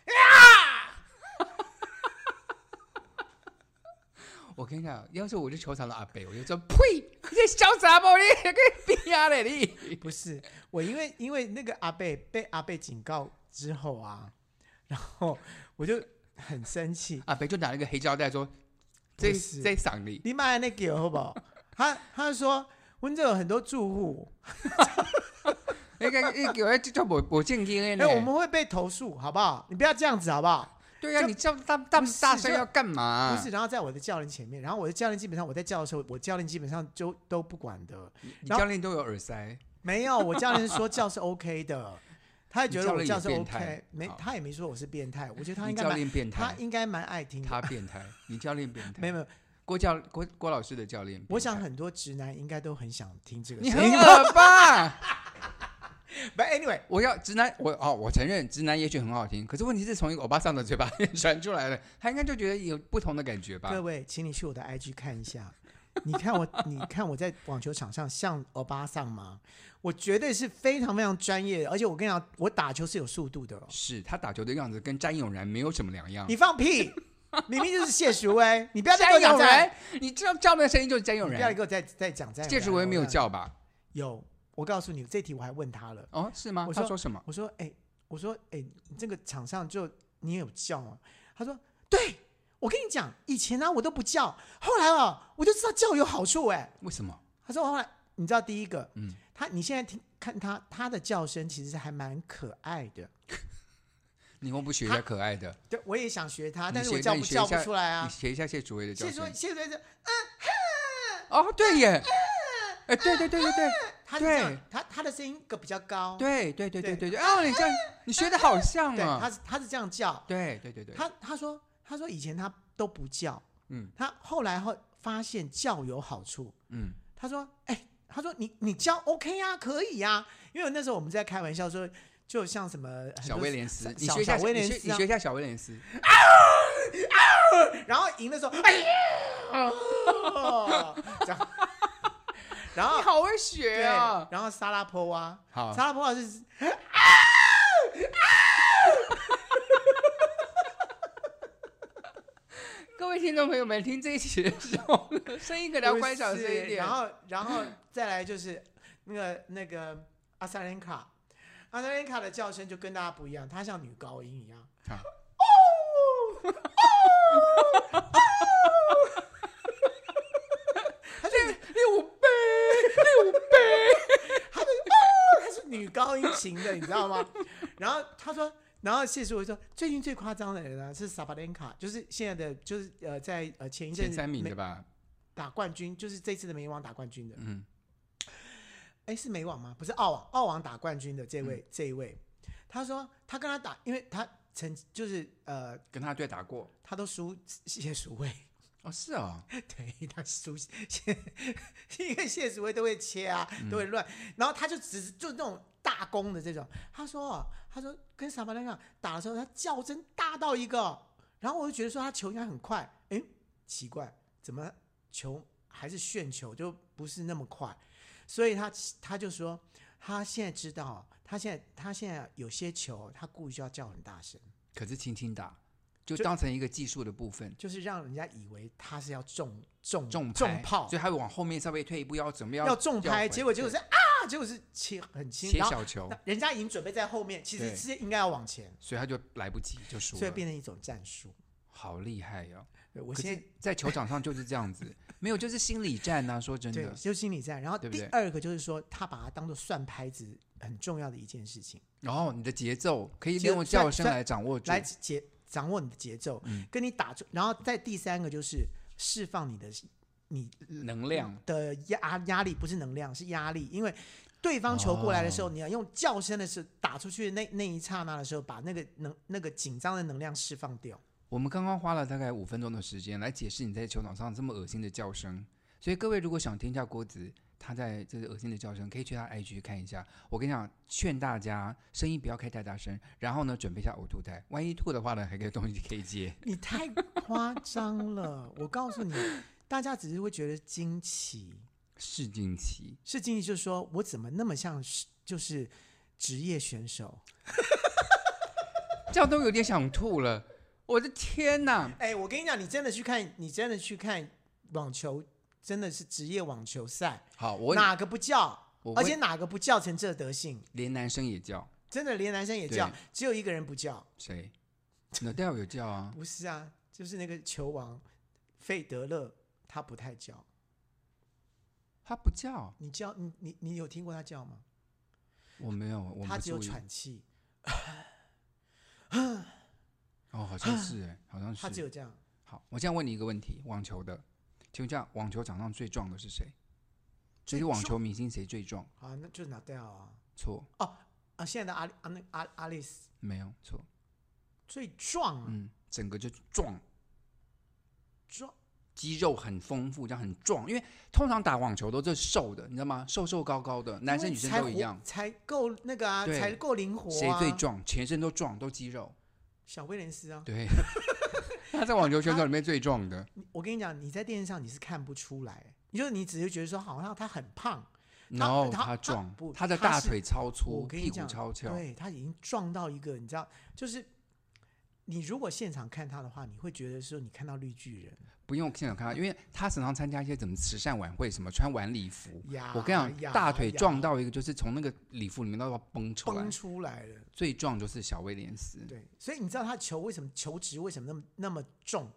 [SPEAKER 2] 我跟你讲，要是我是球场的阿北，我就说呸，你在潇洒不？你给逼啊嘞你！
[SPEAKER 1] 不是我，因为因为那个阿贝被阿贝警告之后啊，然后我就很生气，
[SPEAKER 2] 阿北就拿了一个黑胶带说，这
[SPEAKER 1] 不是
[SPEAKER 2] 这赏你。
[SPEAKER 1] 你买那个好不好？他他就说温州有很多住户，
[SPEAKER 2] 那个你给我就叫我我进天
[SPEAKER 1] 哎、
[SPEAKER 2] 呢？
[SPEAKER 1] 我们会被投诉，好不好？你不要这样子，好不好？
[SPEAKER 2] 对啊，
[SPEAKER 1] 就
[SPEAKER 2] 你叫大大
[SPEAKER 1] 不是
[SPEAKER 2] 大声
[SPEAKER 1] 就
[SPEAKER 2] 要干嘛、
[SPEAKER 1] 不是，然后在我的教练前面，然后我的教练基本上我在叫的时候，我教练基本上就都不管的，
[SPEAKER 2] 你你
[SPEAKER 1] 然后
[SPEAKER 2] 教练都有耳塞，
[SPEAKER 1] 没有，我教练是说叫是 OK 的，他也觉得我
[SPEAKER 2] 你教
[SPEAKER 1] 叫
[SPEAKER 2] 练也
[SPEAKER 1] 是
[SPEAKER 2] 变态
[SPEAKER 1] OK，没
[SPEAKER 2] 好
[SPEAKER 1] 他也没说我是变态，我觉得他
[SPEAKER 2] 你
[SPEAKER 1] 应该
[SPEAKER 2] 教
[SPEAKER 1] 蛮
[SPEAKER 2] 练变
[SPEAKER 1] 他
[SPEAKER 2] 态，
[SPEAKER 1] 应该蛮爱听的，
[SPEAKER 2] 他变态，你教练变态，
[SPEAKER 1] 没有没有，
[SPEAKER 2] 郭教郭郭老师的教练变态，
[SPEAKER 1] 我想很多直男应该都很想听这个
[SPEAKER 2] 你
[SPEAKER 1] 声
[SPEAKER 2] 很
[SPEAKER 1] 音，
[SPEAKER 2] 恶吧？
[SPEAKER 1] 不，anyway，
[SPEAKER 2] 我要直男，我哦，我承认直男也许很好听，可是问题是从一个欧巴桑的嘴巴 <laughs> 里传出来的，他应该就觉得有不同的感觉吧？
[SPEAKER 1] 各位，请你去我的 IG 看一下，你看我，你看我在网球场上像欧巴桑吗？我绝对是非常非常专业的，而且我跟你讲，我打球是有速度的哦。
[SPEAKER 2] 是啊他打球的样子跟詹永然没有什么两样
[SPEAKER 1] 你。放屁，明明就是谢淑薇，你不要再给
[SPEAKER 2] 詹
[SPEAKER 1] 我讲
[SPEAKER 2] 永
[SPEAKER 1] 在，
[SPEAKER 2] 然，你知道叫那声音就是詹
[SPEAKER 1] 你
[SPEAKER 2] 永
[SPEAKER 1] 不要
[SPEAKER 2] 然，
[SPEAKER 1] 给我再再讲在。
[SPEAKER 2] 谢淑薇没有，叫吧？
[SPEAKER 1] 有，我告诉你，这题我还问他了，
[SPEAKER 2] 哦，是吗？
[SPEAKER 1] 我
[SPEAKER 2] 他
[SPEAKER 1] 说
[SPEAKER 2] 说什么？
[SPEAKER 1] 我说，哎、我说，哎、你这个场上就你也有叫吗？他说，对。我跟你讲，以前呢、我都不叫，后来啊我就知道叫有好处哎、
[SPEAKER 2] 为什么？
[SPEAKER 1] 他说后来你知道第一个，
[SPEAKER 2] 嗯
[SPEAKER 1] 嗯，他你现在听看他他的叫声其实还蛮可爱的，
[SPEAKER 2] 你为什么不学一
[SPEAKER 1] 啊
[SPEAKER 2] 下可爱的？
[SPEAKER 1] 对，我也想学他，
[SPEAKER 2] 你
[SPEAKER 1] 但是我
[SPEAKER 2] 学
[SPEAKER 1] 叫
[SPEAKER 2] 那
[SPEAKER 1] 不
[SPEAKER 2] 你学
[SPEAKER 1] 叫
[SPEAKER 2] 一
[SPEAKER 1] 不
[SPEAKER 2] 下
[SPEAKER 1] 出来
[SPEAKER 2] 你
[SPEAKER 1] 啊。
[SPEAKER 2] 学一下谢竹薇的叫
[SPEAKER 1] 谢说
[SPEAKER 2] 声。
[SPEAKER 1] 谢说这，
[SPEAKER 2] 哦，对
[SPEAKER 1] 啊
[SPEAKER 2] 耶，哎，对对对对对
[SPEAKER 1] 他是这
[SPEAKER 2] 对
[SPEAKER 1] 样，他他的声音个比较
[SPEAKER 3] 哦
[SPEAKER 1] 高，
[SPEAKER 2] 对对对对对对，哦，你这样你学的好像
[SPEAKER 1] 对，
[SPEAKER 2] 啊
[SPEAKER 1] 他，是他是这样叫，
[SPEAKER 2] 对对对对，
[SPEAKER 1] 他他说他说以前他都不叫，
[SPEAKER 2] 嗯
[SPEAKER 1] 嗯，他后来后发现叫有好处，
[SPEAKER 2] 嗯，
[SPEAKER 1] 他说哎、他说你你叫 OK 啊，可以啊，因为那时候我们在开玩笑说，就像什么很
[SPEAKER 2] 小
[SPEAKER 1] 多
[SPEAKER 2] 威廉斯，你
[SPEAKER 1] 小
[SPEAKER 2] 学一下
[SPEAKER 1] 小威廉
[SPEAKER 2] 你学
[SPEAKER 1] 斯
[SPEAKER 2] 你
[SPEAKER 1] 啊
[SPEAKER 2] 学一下小威廉斯，
[SPEAKER 1] 然后赢的时候，哎呀，这样 <laughs> 然后
[SPEAKER 3] 你好会学
[SPEAKER 2] 哎
[SPEAKER 1] 对，
[SPEAKER 3] 啊！
[SPEAKER 1] 然后沙拉坡啊，
[SPEAKER 2] 好，
[SPEAKER 1] 沙拉坡啊就是
[SPEAKER 3] 各位听众朋友们，听这一期的时候，声音可能要关小声一
[SPEAKER 1] 是
[SPEAKER 3] 点。
[SPEAKER 1] 然后，然后再来就是那个那个阿萨连卡，阿萨连卡的叫声就跟大家不一样，她像女高音一样。
[SPEAKER 2] 好
[SPEAKER 1] 她就是
[SPEAKER 3] 六倍，
[SPEAKER 1] 她是女高音型的，你知道吗？ <laughs> 然后她说，然后谢淑薇说，最近最夸张的人啊是萨巴连卡，就是现在的，就是呃，在呃前一阵
[SPEAKER 2] 前
[SPEAKER 1] 子
[SPEAKER 2] 三名
[SPEAKER 1] 美
[SPEAKER 2] 的吧？
[SPEAKER 1] 打冠军，就是这次的美网打冠军的，
[SPEAKER 2] 嗯，
[SPEAKER 1] 哎，是美网吗？不是澳网，澳网打冠军的这位，
[SPEAKER 2] 嗯
[SPEAKER 1] 这一位，他说他跟他打，因为他曾就是呃，
[SPEAKER 2] 跟他对打过。
[SPEAKER 1] 他都输谢淑薇，
[SPEAKER 2] 哦，是哦，
[SPEAKER 1] <laughs> 对他输谢，因为谢淑薇都会切啊，
[SPEAKER 2] 嗯
[SPEAKER 1] 都会乱，然后他就只是就那种大攻的这种，他说哦他说跟萨巴兰卡打的时候，他叫声大到一个哦，然后我就觉得说他球应该很快，哎，奇怪，怎么球还是旋球就不是那么快，所以他他就说他现在知道，他现在他现在有些球他故意就要叫很大声。
[SPEAKER 2] 可是轻轻打，就
[SPEAKER 1] 就
[SPEAKER 2] 当成一个技术的部分。
[SPEAKER 1] 就是让人家以为他是要中中
[SPEAKER 2] 重
[SPEAKER 1] 重
[SPEAKER 2] 拍
[SPEAKER 1] 炮
[SPEAKER 2] 所，以他会往后面稍微退一步，要怎么样？
[SPEAKER 1] 要重拍，结果结果
[SPEAKER 2] 是
[SPEAKER 1] 是啊，结果是切很轻，
[SPEAKER 2] 切
[SPEAKER 1] 然后
[SPEAKER 2] 小球，
[SPEAKER 1] 那人家已经准备在后面，其实
[SPEAKER 2] 对
[SPEAKER 1] 是应该要往前，
[SPEAKER 2] 所以他就来不及就输
[SPEAKER 1] 所以
[SPEAKER 2] 了。
[SPEAKER 1] 变成一种战术。
[SPEAKER 2] 好厉害哟、
[SPEAKER 1] 对我
[SPEAKER 2] 我
[SPEAKER 1] 现
[SPEAKER 2] 现
[SPEAKER 1] 在
[SPEAKER 2] 在在球场上就是这样子，没有就是心理战呐、说真
[SPEAKER 1] 对
[SPEAKER 2] 的，
[SPEAKER 1] 就心理战，然后
[SPEAKER 2] 对不
[SPEAKER 1] 第
[SPEAKER 2] 对
[SPEAKER 1] 二个就是说，他把它当做算拍子很重要的一件事情，
[SPEAKER 2] 然后你的节奏可以利
[SPEAKER 1] 节奏
[SPEAKER 2] 用叫声
[SPEAKER 1] 算
[SPEAKER 2] 来掌握住。
[SPEAKER 1] 来节掌握你的节奏，
[SPEAKER 2] 嗯
[SPEAKER 1] 跟你打出，然后再第三个就是释放你的你
[SPEAKER 2] 能量，
[SPEAKER 1] 嗯的压压力不是能量，是压力，因为对方球过来的时候，你要用叫声的时候打出去的那那一刹那的时候，把那个能那个紧张的能量释放掉。
[SPEAKER 2] 我们刚刚花了大概五分钟的时间来解释你在球场上这么恶心的叫声，所以各位如果想听一下郭子他在这个恶心的叫声，可以去他 IG 看一下。我跟你讲，劝大家声音不要开太大声，然后呢准备一下呕吐袋，万一吐的话呢，还有东西可以接。
[SPEAKER 1] 你太夸张了，我告诉你，大家只是会觉得惊奇，
[SPEAKER 2] 试镜期，
[SPEAKER 1] 是惊奇，就是说我怎么那么像是就是职业选手？
[SPEAKER 2] 这样都有点想吐了，我的天哪！
[SPEAKER 1] 哎，我跟你讲，你真的去看，你真的去看网球，真的是职业网球赛，
[SPEAKER 2] 好，我
[SPEAKER 1] 哪个不叫？
[SPEAKER 2] 我
[SPEAKER 1] 而
[SPEAKER 2] 会
[SPEAKER 1] 且哪个不叫成这德性？
[SPEAKER 2] 连男生也叫
[SPEAKER 1] 真的连男生也叫
[SPEAKER 2] 对，
[SPEAKER 1] 只有一个人不叫。
[SPEAKER 2] 谁？那戴尔有叫啊，
[SPEAKER 1] 不是啊，就是那个球王费德勒，他不太叫。
[SPEAKER 2] 他不叫，
[SPEAKER 1] 你叫你你你有听过他叫吗？
[SPEAKER 2] 我没有，我
[SPEAKER 1] 他
[SPEAKER 2] 不
[SPEAKER 1] 只有
[SPEAKER 2] 注意。
[SPEAKER 1] 喘气，
[SPEAKER 2] 哦，好像是哎，好像是。
[SPEAKER 1] 他只有这样。
[SPEAKER 2] 好，我现在问你一个问题，网球的，请问一下，网球场上最壮的是谁？这些网球明星谁最壮？
[SPEAKER 1] 好，那就拿掉啊
[SPEAKER 2] 错，
[SPEAKER 1] 啊！现在的阿里啊那阿阿丽斯
[SPEAKER 2] 没有错，
[SPEAKER 1] 最壮啊，
[SPEAKER 2] 嗯，整个就壮，
[SPEAKER 1] 壮
[SPEAKER 2] 肌肉很丰富，这样很壮。因为通常打网球都是瘦的，你知道吗？瘦瘦高高的，男生
[SPEAKER 1] 因
[SPEAKER 2] 女
[SPEAKER 1] 为
[SPEAKER 2] 生
[SPEAKER 1] 才
[SPEAKER 2] 都一
[SPEAKER 1] 活
[SPEAKER 2] 样。
[SPEAKER 1] 才够那个啊，
[SPEAKER 2] 对
[SPEAKER 1] 才够灵活、啊。
[SPEAKER 2] 谁最？壮？全身都壮，都肌肉。
[SPEAKER 1] 小威廉斯啊！
[SPEAKER 2] 对，他在网球选手里面最壮的。
[SPEAKER 1] 你我跟你讲，你在电视上你是看不出来，你就你只是觉得说好像他很胖，
[SPEAKER 2] 然后
[SPEAKER 1] 他
[SPEAKER 2] 他壮
[SPEAKER 1] 不，
[SPEAKER 2] 他的
[SPEAKER 1] 他
[SPEAKER 2] 大
[SPEAKER 1] 是
[SPEAKER 2] 腿超
[SPEAKER 1] 我
[SPEAKER 2] 粗，
[SPEAKER 1] 跟你
[SPEAKER 2] 屁
[SPEAKER 1] 讲
[SPEAKER 2] 股超翘。
[SPEAKER 1] 对他已经撞到一个，你知道，就是你如果现场看他的话，你会觉得说你看到绿巨人
[SPEAKER 2] 不用现场看他，因为他常常参加一些什么慈善晚会，什么穿晚礼服，
[SPEAKER 1] 呀，
[SPEAKER 2] 我跟你
[SPEAKER 1] 呀
[SPEAKER 2] 讲，大腿撞
[SPEAKER 1] 呀
[SPEAKER 2] 到一个，就是从那个礼服里面都要崩出来
[SPEAKER 1] 崩。出来了，
[SPEAKER 2] 最壮就是小威廉斯，
[SPEAKER 1] 对，所以你知道他球为什么球值为什么那么那么重，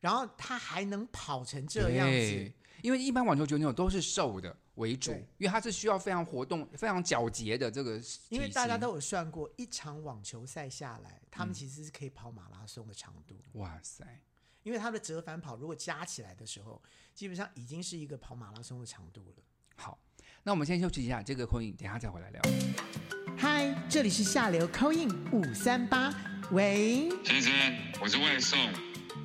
[SPEAKER 1] 然后他还能跑成这样子
[SPEAKER 2] 对，。因为一般网球九九都是瘦的为主
[SPEAKER 1] 对，
[SPEAKER 2] 因为它是需要非常活动、非常皎洁的这个。
[SPEAKER 1] 因为大家都有算过，一场网球赛下来，他
[SPEAKER 2] 嗯
[SPEAKER 1] 们其实是可以跑马拉松的长度，
[SPEAKER 2] 哇塞，
[SPEAKER 1] 因为他们的折返跑如果加起来的时候，基本上已经是一个跑马拉松的长度了。
[SPEAKER 2] 好，那我们先休息一下，这个婚姻等一下再回
[SPEAKER 1] <laughs>
[SPEAKER 2] 来聊。
[SPEAKER 1] 嗨，这里是下流 c in 五三八，喂，
[SPEAKER 4] 先生，我是外送，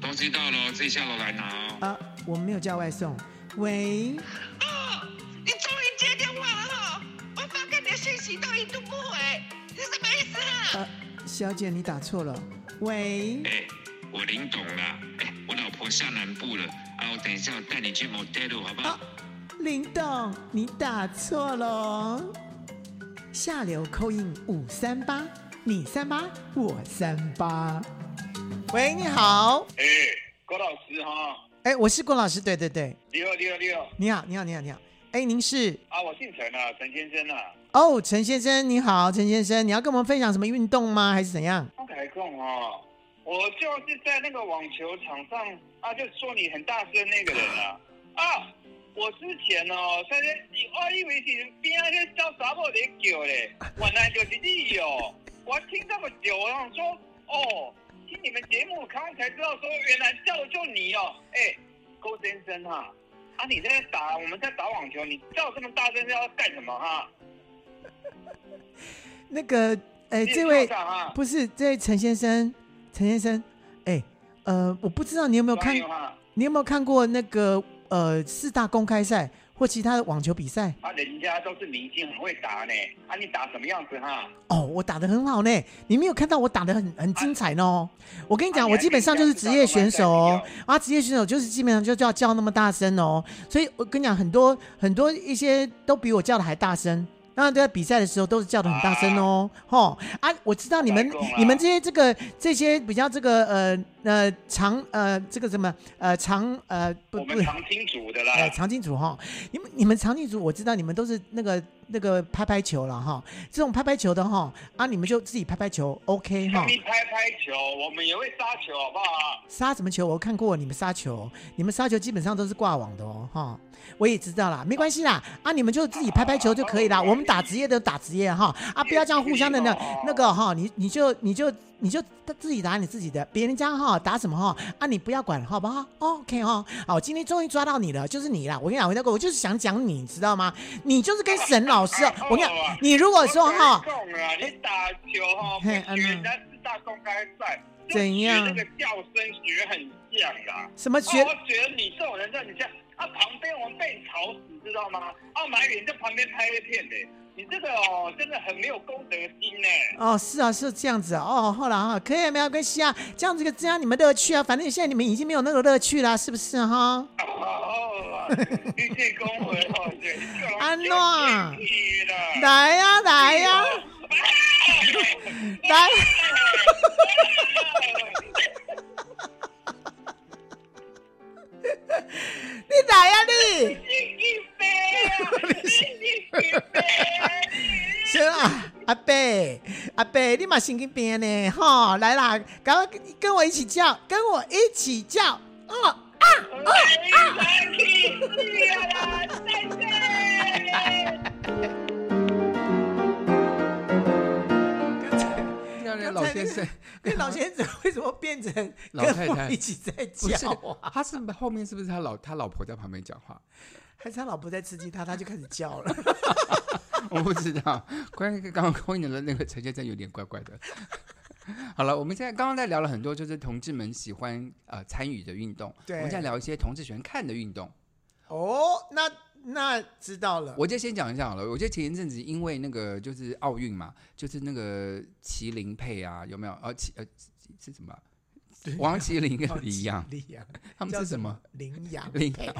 [SPEAKER 4] 东西到了自己下楼来拿哦。
[SPEAKER 1] 啊，我们没有叫外送，喂，
[SPEAKER 5] 哦，你终于接电话了哈、我发给你的信息都一度不回，你什么意思啊？
[SPEAKER 1] 呃，小姐你打错了，喂，
[SPEAKER 4] 哎、我林董啦，哎、我老婆下南部了，啊，我等一下我带你去 motel 好不好？
[SPEAKER 1] 啊林董，你打错喽。下流扣印五三八，你三八，我三八。喂，你好，
[SPEAKER 6] 哎，郭老师哈，
[SPEAKER 1] 哎，我是郭老师，对对对，
[SPEAKER 6] 六六六
[SPEAKER 1] 你好，你好，你好，你好，哎，您是？
[SPEAKER 6] 啊，我姓陈啊，陈先生啊，
[SPEAKER 1] 哦，陈先生，你好，陈先生，你要跟我们分享什么运动吗？还是怎样？
[SPEAKER 6] 我改控啊，我就是在那个网球场上啊，就说你很大声那个人啊啊，我之前哦，在那我以为是边那个叫啥某在叫嘞，原来就是你哦，我听这么久，我想说哦，听你们节目刚刚才知道说原来叫的就你哦，哎，郭先生哈、啊。啊！你在那打，我们在打网球，你叫这么大声是要干什么啊哈、
[SPEAKER 1] 那个，哎，
[SPEAKER 6] 你
[SPEAKER 1] 这位 <laughs>
[SPEAKER 6] 啊，
[SPEAKER 1] 不是这位陈先生，陈先生，哎，呃，我不知道你有没有啊看
[SPEAKER 6] 加，油哈
[SPEAKER 1] 你有没有看过那个呃四大公开赛或其他的网球比赛？
[SPEAKER 6] 啊，人家都是明星，很会打呢。啊，你打什么样子哈？
[SPEAKER 1] 哦，我打得很好呢，你没有看到我打得很很精彩呢哦。我跟你
[SPEAKER 6] 啊
[SPEAKER 1] 讲，我基本上就是职业选手哦。啊，职业选手就是基本上就叫叫那么大声哦，所以我跟你讲，很多很多一些都比我叫的还大声。那在比赛的时候都是叫的很大声哦，吼啊！我知道你们
[SPEAKER 6] 白宫啊
[SPEAKER 1] 你们这些这个这些比较这个呃呃长呃这个什么呃长呃不
[SPEAKER 6] 我
[SPEAKER 1] 不
[SPEAKER 6] 们常青组的啦
[SPEAKER 1] 呃，长颈组哈，你们你们长颈组我知道你们都是那个那个拍拍球了哈，这种拍拍球的哈啊你们就自己拍拍球，OK 哈
[SPEAKER 6] 上。面啊拍拍球，我们也会杀球，好不好？
[SPEAKER 1] 杀什么球？我看过你们杀球，你们杀球基本上都是挂网的哦，哈，我也知道啦，没关系啦，啊，你们就自己拍拍球就可以啦，
[SPEAKER 6] 好好
[SPEAKER 1] 我们打职业的打职业哈，啊，不要这样互相的那
[SPEAKER 6] 好好
[SPEAKER 1] 那个哈，你你就你就你就自己打你自己的，别人家哈打什么哈，啊，你不要管好不好哦？OK 哈，好，今天终于抓到你了，就是你啦，我跟你讲，我那个我就是想讲你，知道吗？你就是跟沈老师哦，我跟你讲，你如果说哈。
[SPEAKER 6] 我跟你讲啊，你打球哈，不
[SPEAKER 1] 嘿安
[SPEAKER 6] 学
[SPEAKER 1] 娜
[SPEAKER 6] 人家四大公开赛，就
[SPEAKER 1] 怎样
[SPEAKER 6] 学那个叫声学很像啦。
[SPEAKER 1] 什么学
[SPEAKER 6] 哦我觉得你这种人让你这样，啊，旁边我们被你吵死，知道吗？啊，买脸在旁边拍片的，你这个哦，真的很没有公德心呢。
[SPEAKER 1] 哦，是啊，是这样子啊哦。后来啊，可以没有关系啊，这样子个增加你们乐趣啊。反正现在你们已经没有那个乐趣啦，是不是啊哈、
[SPEAKER 6] 哦， <laughs> 你这恭维哦，对，
[SPEAKER 1] 安诺来呀、来呀、来！ <laughs> 你来呀、你！行啊，阿贝，阿贝，你嘛神经病呢？哈，来啦，赶快跟跟我一起叫，跟我一起叫，哦。
[SPEAKER 6] Oh,
[SPEAKER 2] 让人老先生，
[SPEAKER 1] 那老先生为什么变成
[SPEAKER 2] 老
[SPEAKER 1] 跟
[SPEAKER 2] 太
[SPEAKER 1] 我
[SPEAKER 2] 太
[SPEAKER 1] 一起在
[SPEAKER 2] 不是
[SPEAKER 1] <laughs> 叫啊？
[SPEAKER 2] 他是后面是不是他老他老婆在旁边讲话？
[SPEAKER 1] 还是他老婆在刺激他，他就开始叫了。
[SPEAKER 2] <laughs> 我不知道，关于刚刚空姐的那个陈先生有点怪怪的。 <laughs> 好了，我们现在刚刚在聊了很多，就是同志们喜欢呃参与的运动。
[SPEAKER 1] 对
[SPEAKER 2] 我们现在聊一些同志喜欢看的运动。
[SPEAKER 1] 哦，那那知道了。
[SPEAKER 2] 我就先讲一下好了，我就前一阵子因为那个就是奥运嘛，就是那个麒麟配啊，有没有？呃，麒呃是什么啊？王麒麟
[SPEAKER 1] 哦
[SPEAKER 2] 跟
[SPEAKER 1] <laughs>
[SPEAKER 2] 李阳，
[SPEAKER 1] 羚羊，
[SPEAKER 2] 他们是什么？
[SPEAKER 1] 羚羊，
[SPEAKER 2] 羚羊，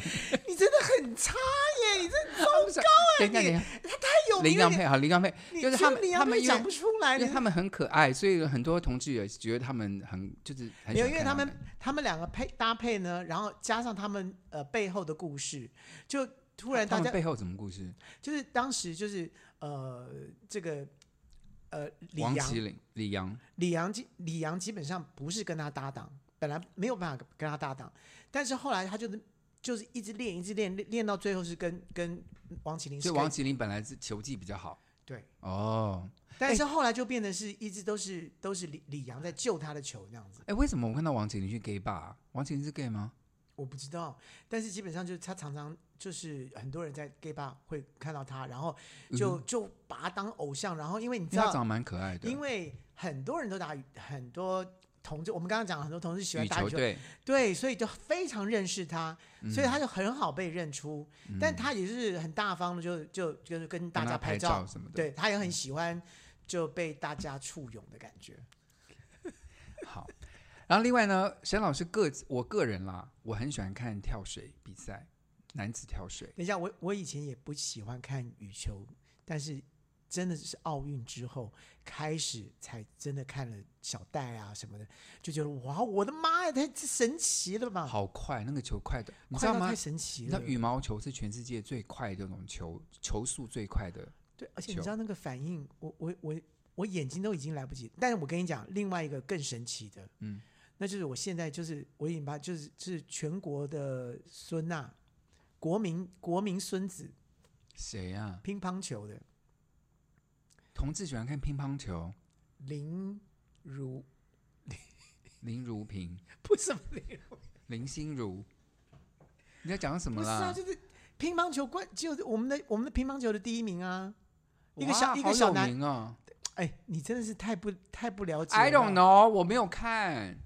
[SPEAKER 1] 你真的很差耶！你真的
[SPEAKER 2] 高 <laughs> 等一下，等一下，
[SPEAKER 1] 太有
[SPEAKER 2] 羚
[SPEAKER 1] 名了
[SPEAKER 2] 羊。配好，羚羊配
[SPEAKER 1] 你
[SPEAKER 2] 就是他
[SPEAKER 1] 你
[SPEAKER 2] 们，
[SPEAKER 1] 要
[SPEAKER 2] 他们因为
[SPEAKER 1] 讲不出来，
[SPEAKER 2] 因为他们很可爱，所以很多同志也觉得他们很就是很
[SPEAKER 1] 没
[SPEAKER 2] 喜
[SPEAKER 1] 有，
[SPEAKER 2] 欢
[SPEAKER 1] 因为
[SPEAKER 2] 看
[SPEAKER 1] 他
[SPEAKER 2] 他
[SPEAKER 1] 们他们两个配搭配呢，然后加上他们呃背后的故事，就突然大
[SPEAKER 2] 他们
[SPEAKER 1] 家
[SPEAKER 2] 背后什么故事？
[SPEAKER 1] 就是当时就是呃这个呃李
[SPEAKER 2] 王
[SPEAKER 1] 阳
[SPEAKER 2] 麒麟、李阳，
[SPEAKER 1] 李阳基李阳基本上不是跟他搭档，本来没有办法跟他搭档，但是后来他就是就是一直练，一直练，练练到最后是跟跟王麒麟是
[SPEAKER 2] 所以
[SPEAKER 1] 可以
[SPEAKER 2] 王麒麟本来是球技比较好
[SPEAKER 1] 对，
[SPEAKER 2] 哦。
[SPEAKER 1] 但是后来就变得是一直都是都是李李阳在救他的球那样子，
[SPEAKER 2] 哎，为什么我看到王麒麟去 gay 吧？王麒麟是 gay 吗？
[SPEAKER 1] 我不知道，但是基本上就是他常常就是很多人在 gay bar 会看到他，然后就、就把他当偶像，然后因为你知
[SPEAKER 2] 嗯因为他
[SPEAKER 1] 道
[SPEAKER 2] 长得蛮可爱的，
[SPEAKER 1] 因为很多人都打羽很多同志，我们刚刚讲了很多同志喜欢
[SPEAKER 2] 羽
[SPEAKER 1] 打羽
[SPEAKER 2] 球
[SPEAKER 1] 球，
[SPEAKER 2] 队
[SPEAKER 1] 对，所以就非常认识他，所以
[SPEAKER 2] 嗯
[SPEAKER 1] 他就很好被认出。但他也是很大方的就，就就是跟大
[SPEAKER 2] 帮
[SPEAKER 1] 家
[SPEAKER 2] 嗯他拍
[SPEAKER 1] 照，
[SPEAKER 2] 照什么的。嗯
[SPEAKER 1] 对他也很喜欢就被大家簇拥的感觉。
[SPEAKER 2] 好。然后另外呢，沈老师个我个人啦，我很喜欢看跳水比赛，男子跳水，
[SPEAKER 1] 等一下，我我以前也不喜欢看羽球，但是真的是奥运之后开始才真的看了小戴啊什么的，就觉得哇，我的妈呀，太太神奇了吧！
[SPEAKER 2] 好快，那个球快的，你知
[SPEAKER 1] 啊快
[SPEAKER 2] 道
[SPEAKER 1] 到
[SPEAKER 2] 吗
[SPEAKER 1] 太？神奇
[SPEAKER 2] 你知
[SPEAKER 1] 了
[SPEAKER 2] 道。羽毛球是全世界最快这种球球速最快的，
[SPEAKER 1] 对，而且你
[SPEAKER 2] 球
[SPEAKER 1] 知道那个反应，我我我我眼睛都已经来不及。但是我跟你讲，另外一个更神奇的，
[SPEAKER 2] 嗯，
[SPEAKER 1] 那就是我现在就是我已经把就是是全国的孙呐、国民国民孙子
[SPEAKER 2] 谁呀、
[SPEAKER 1] 乒乓球的
[SPEAKER 2] 同志喜欢看乒乓球，
[SPEAKER 1] 林如
[SPEAKER 2] 林如萍、
[SPEAKER 1] 不是什么林如，
[SPEAKER 2] 林心如，你在讲什么
[SPEAKER 1] 不是啊，
[SPEAKER 2] 啦？
[SPEAKER 1] 就是乒乓球冠，就是我们的我们的乒乓球的第一名啊。一个
[SPEAKER 2] 哇
[SPEAKER 1] 小一
[SPEAKER 2] 好
[SPEAKER 1] 个小
[SPEAKER 2] 有
[SPEAKER 1] 男，
[SPEAKER 2] 名哦
[SPEAKER 1] 哎，你真的是太不太不了解了。
[SPEAKER 2] ，I don't know，我没有看，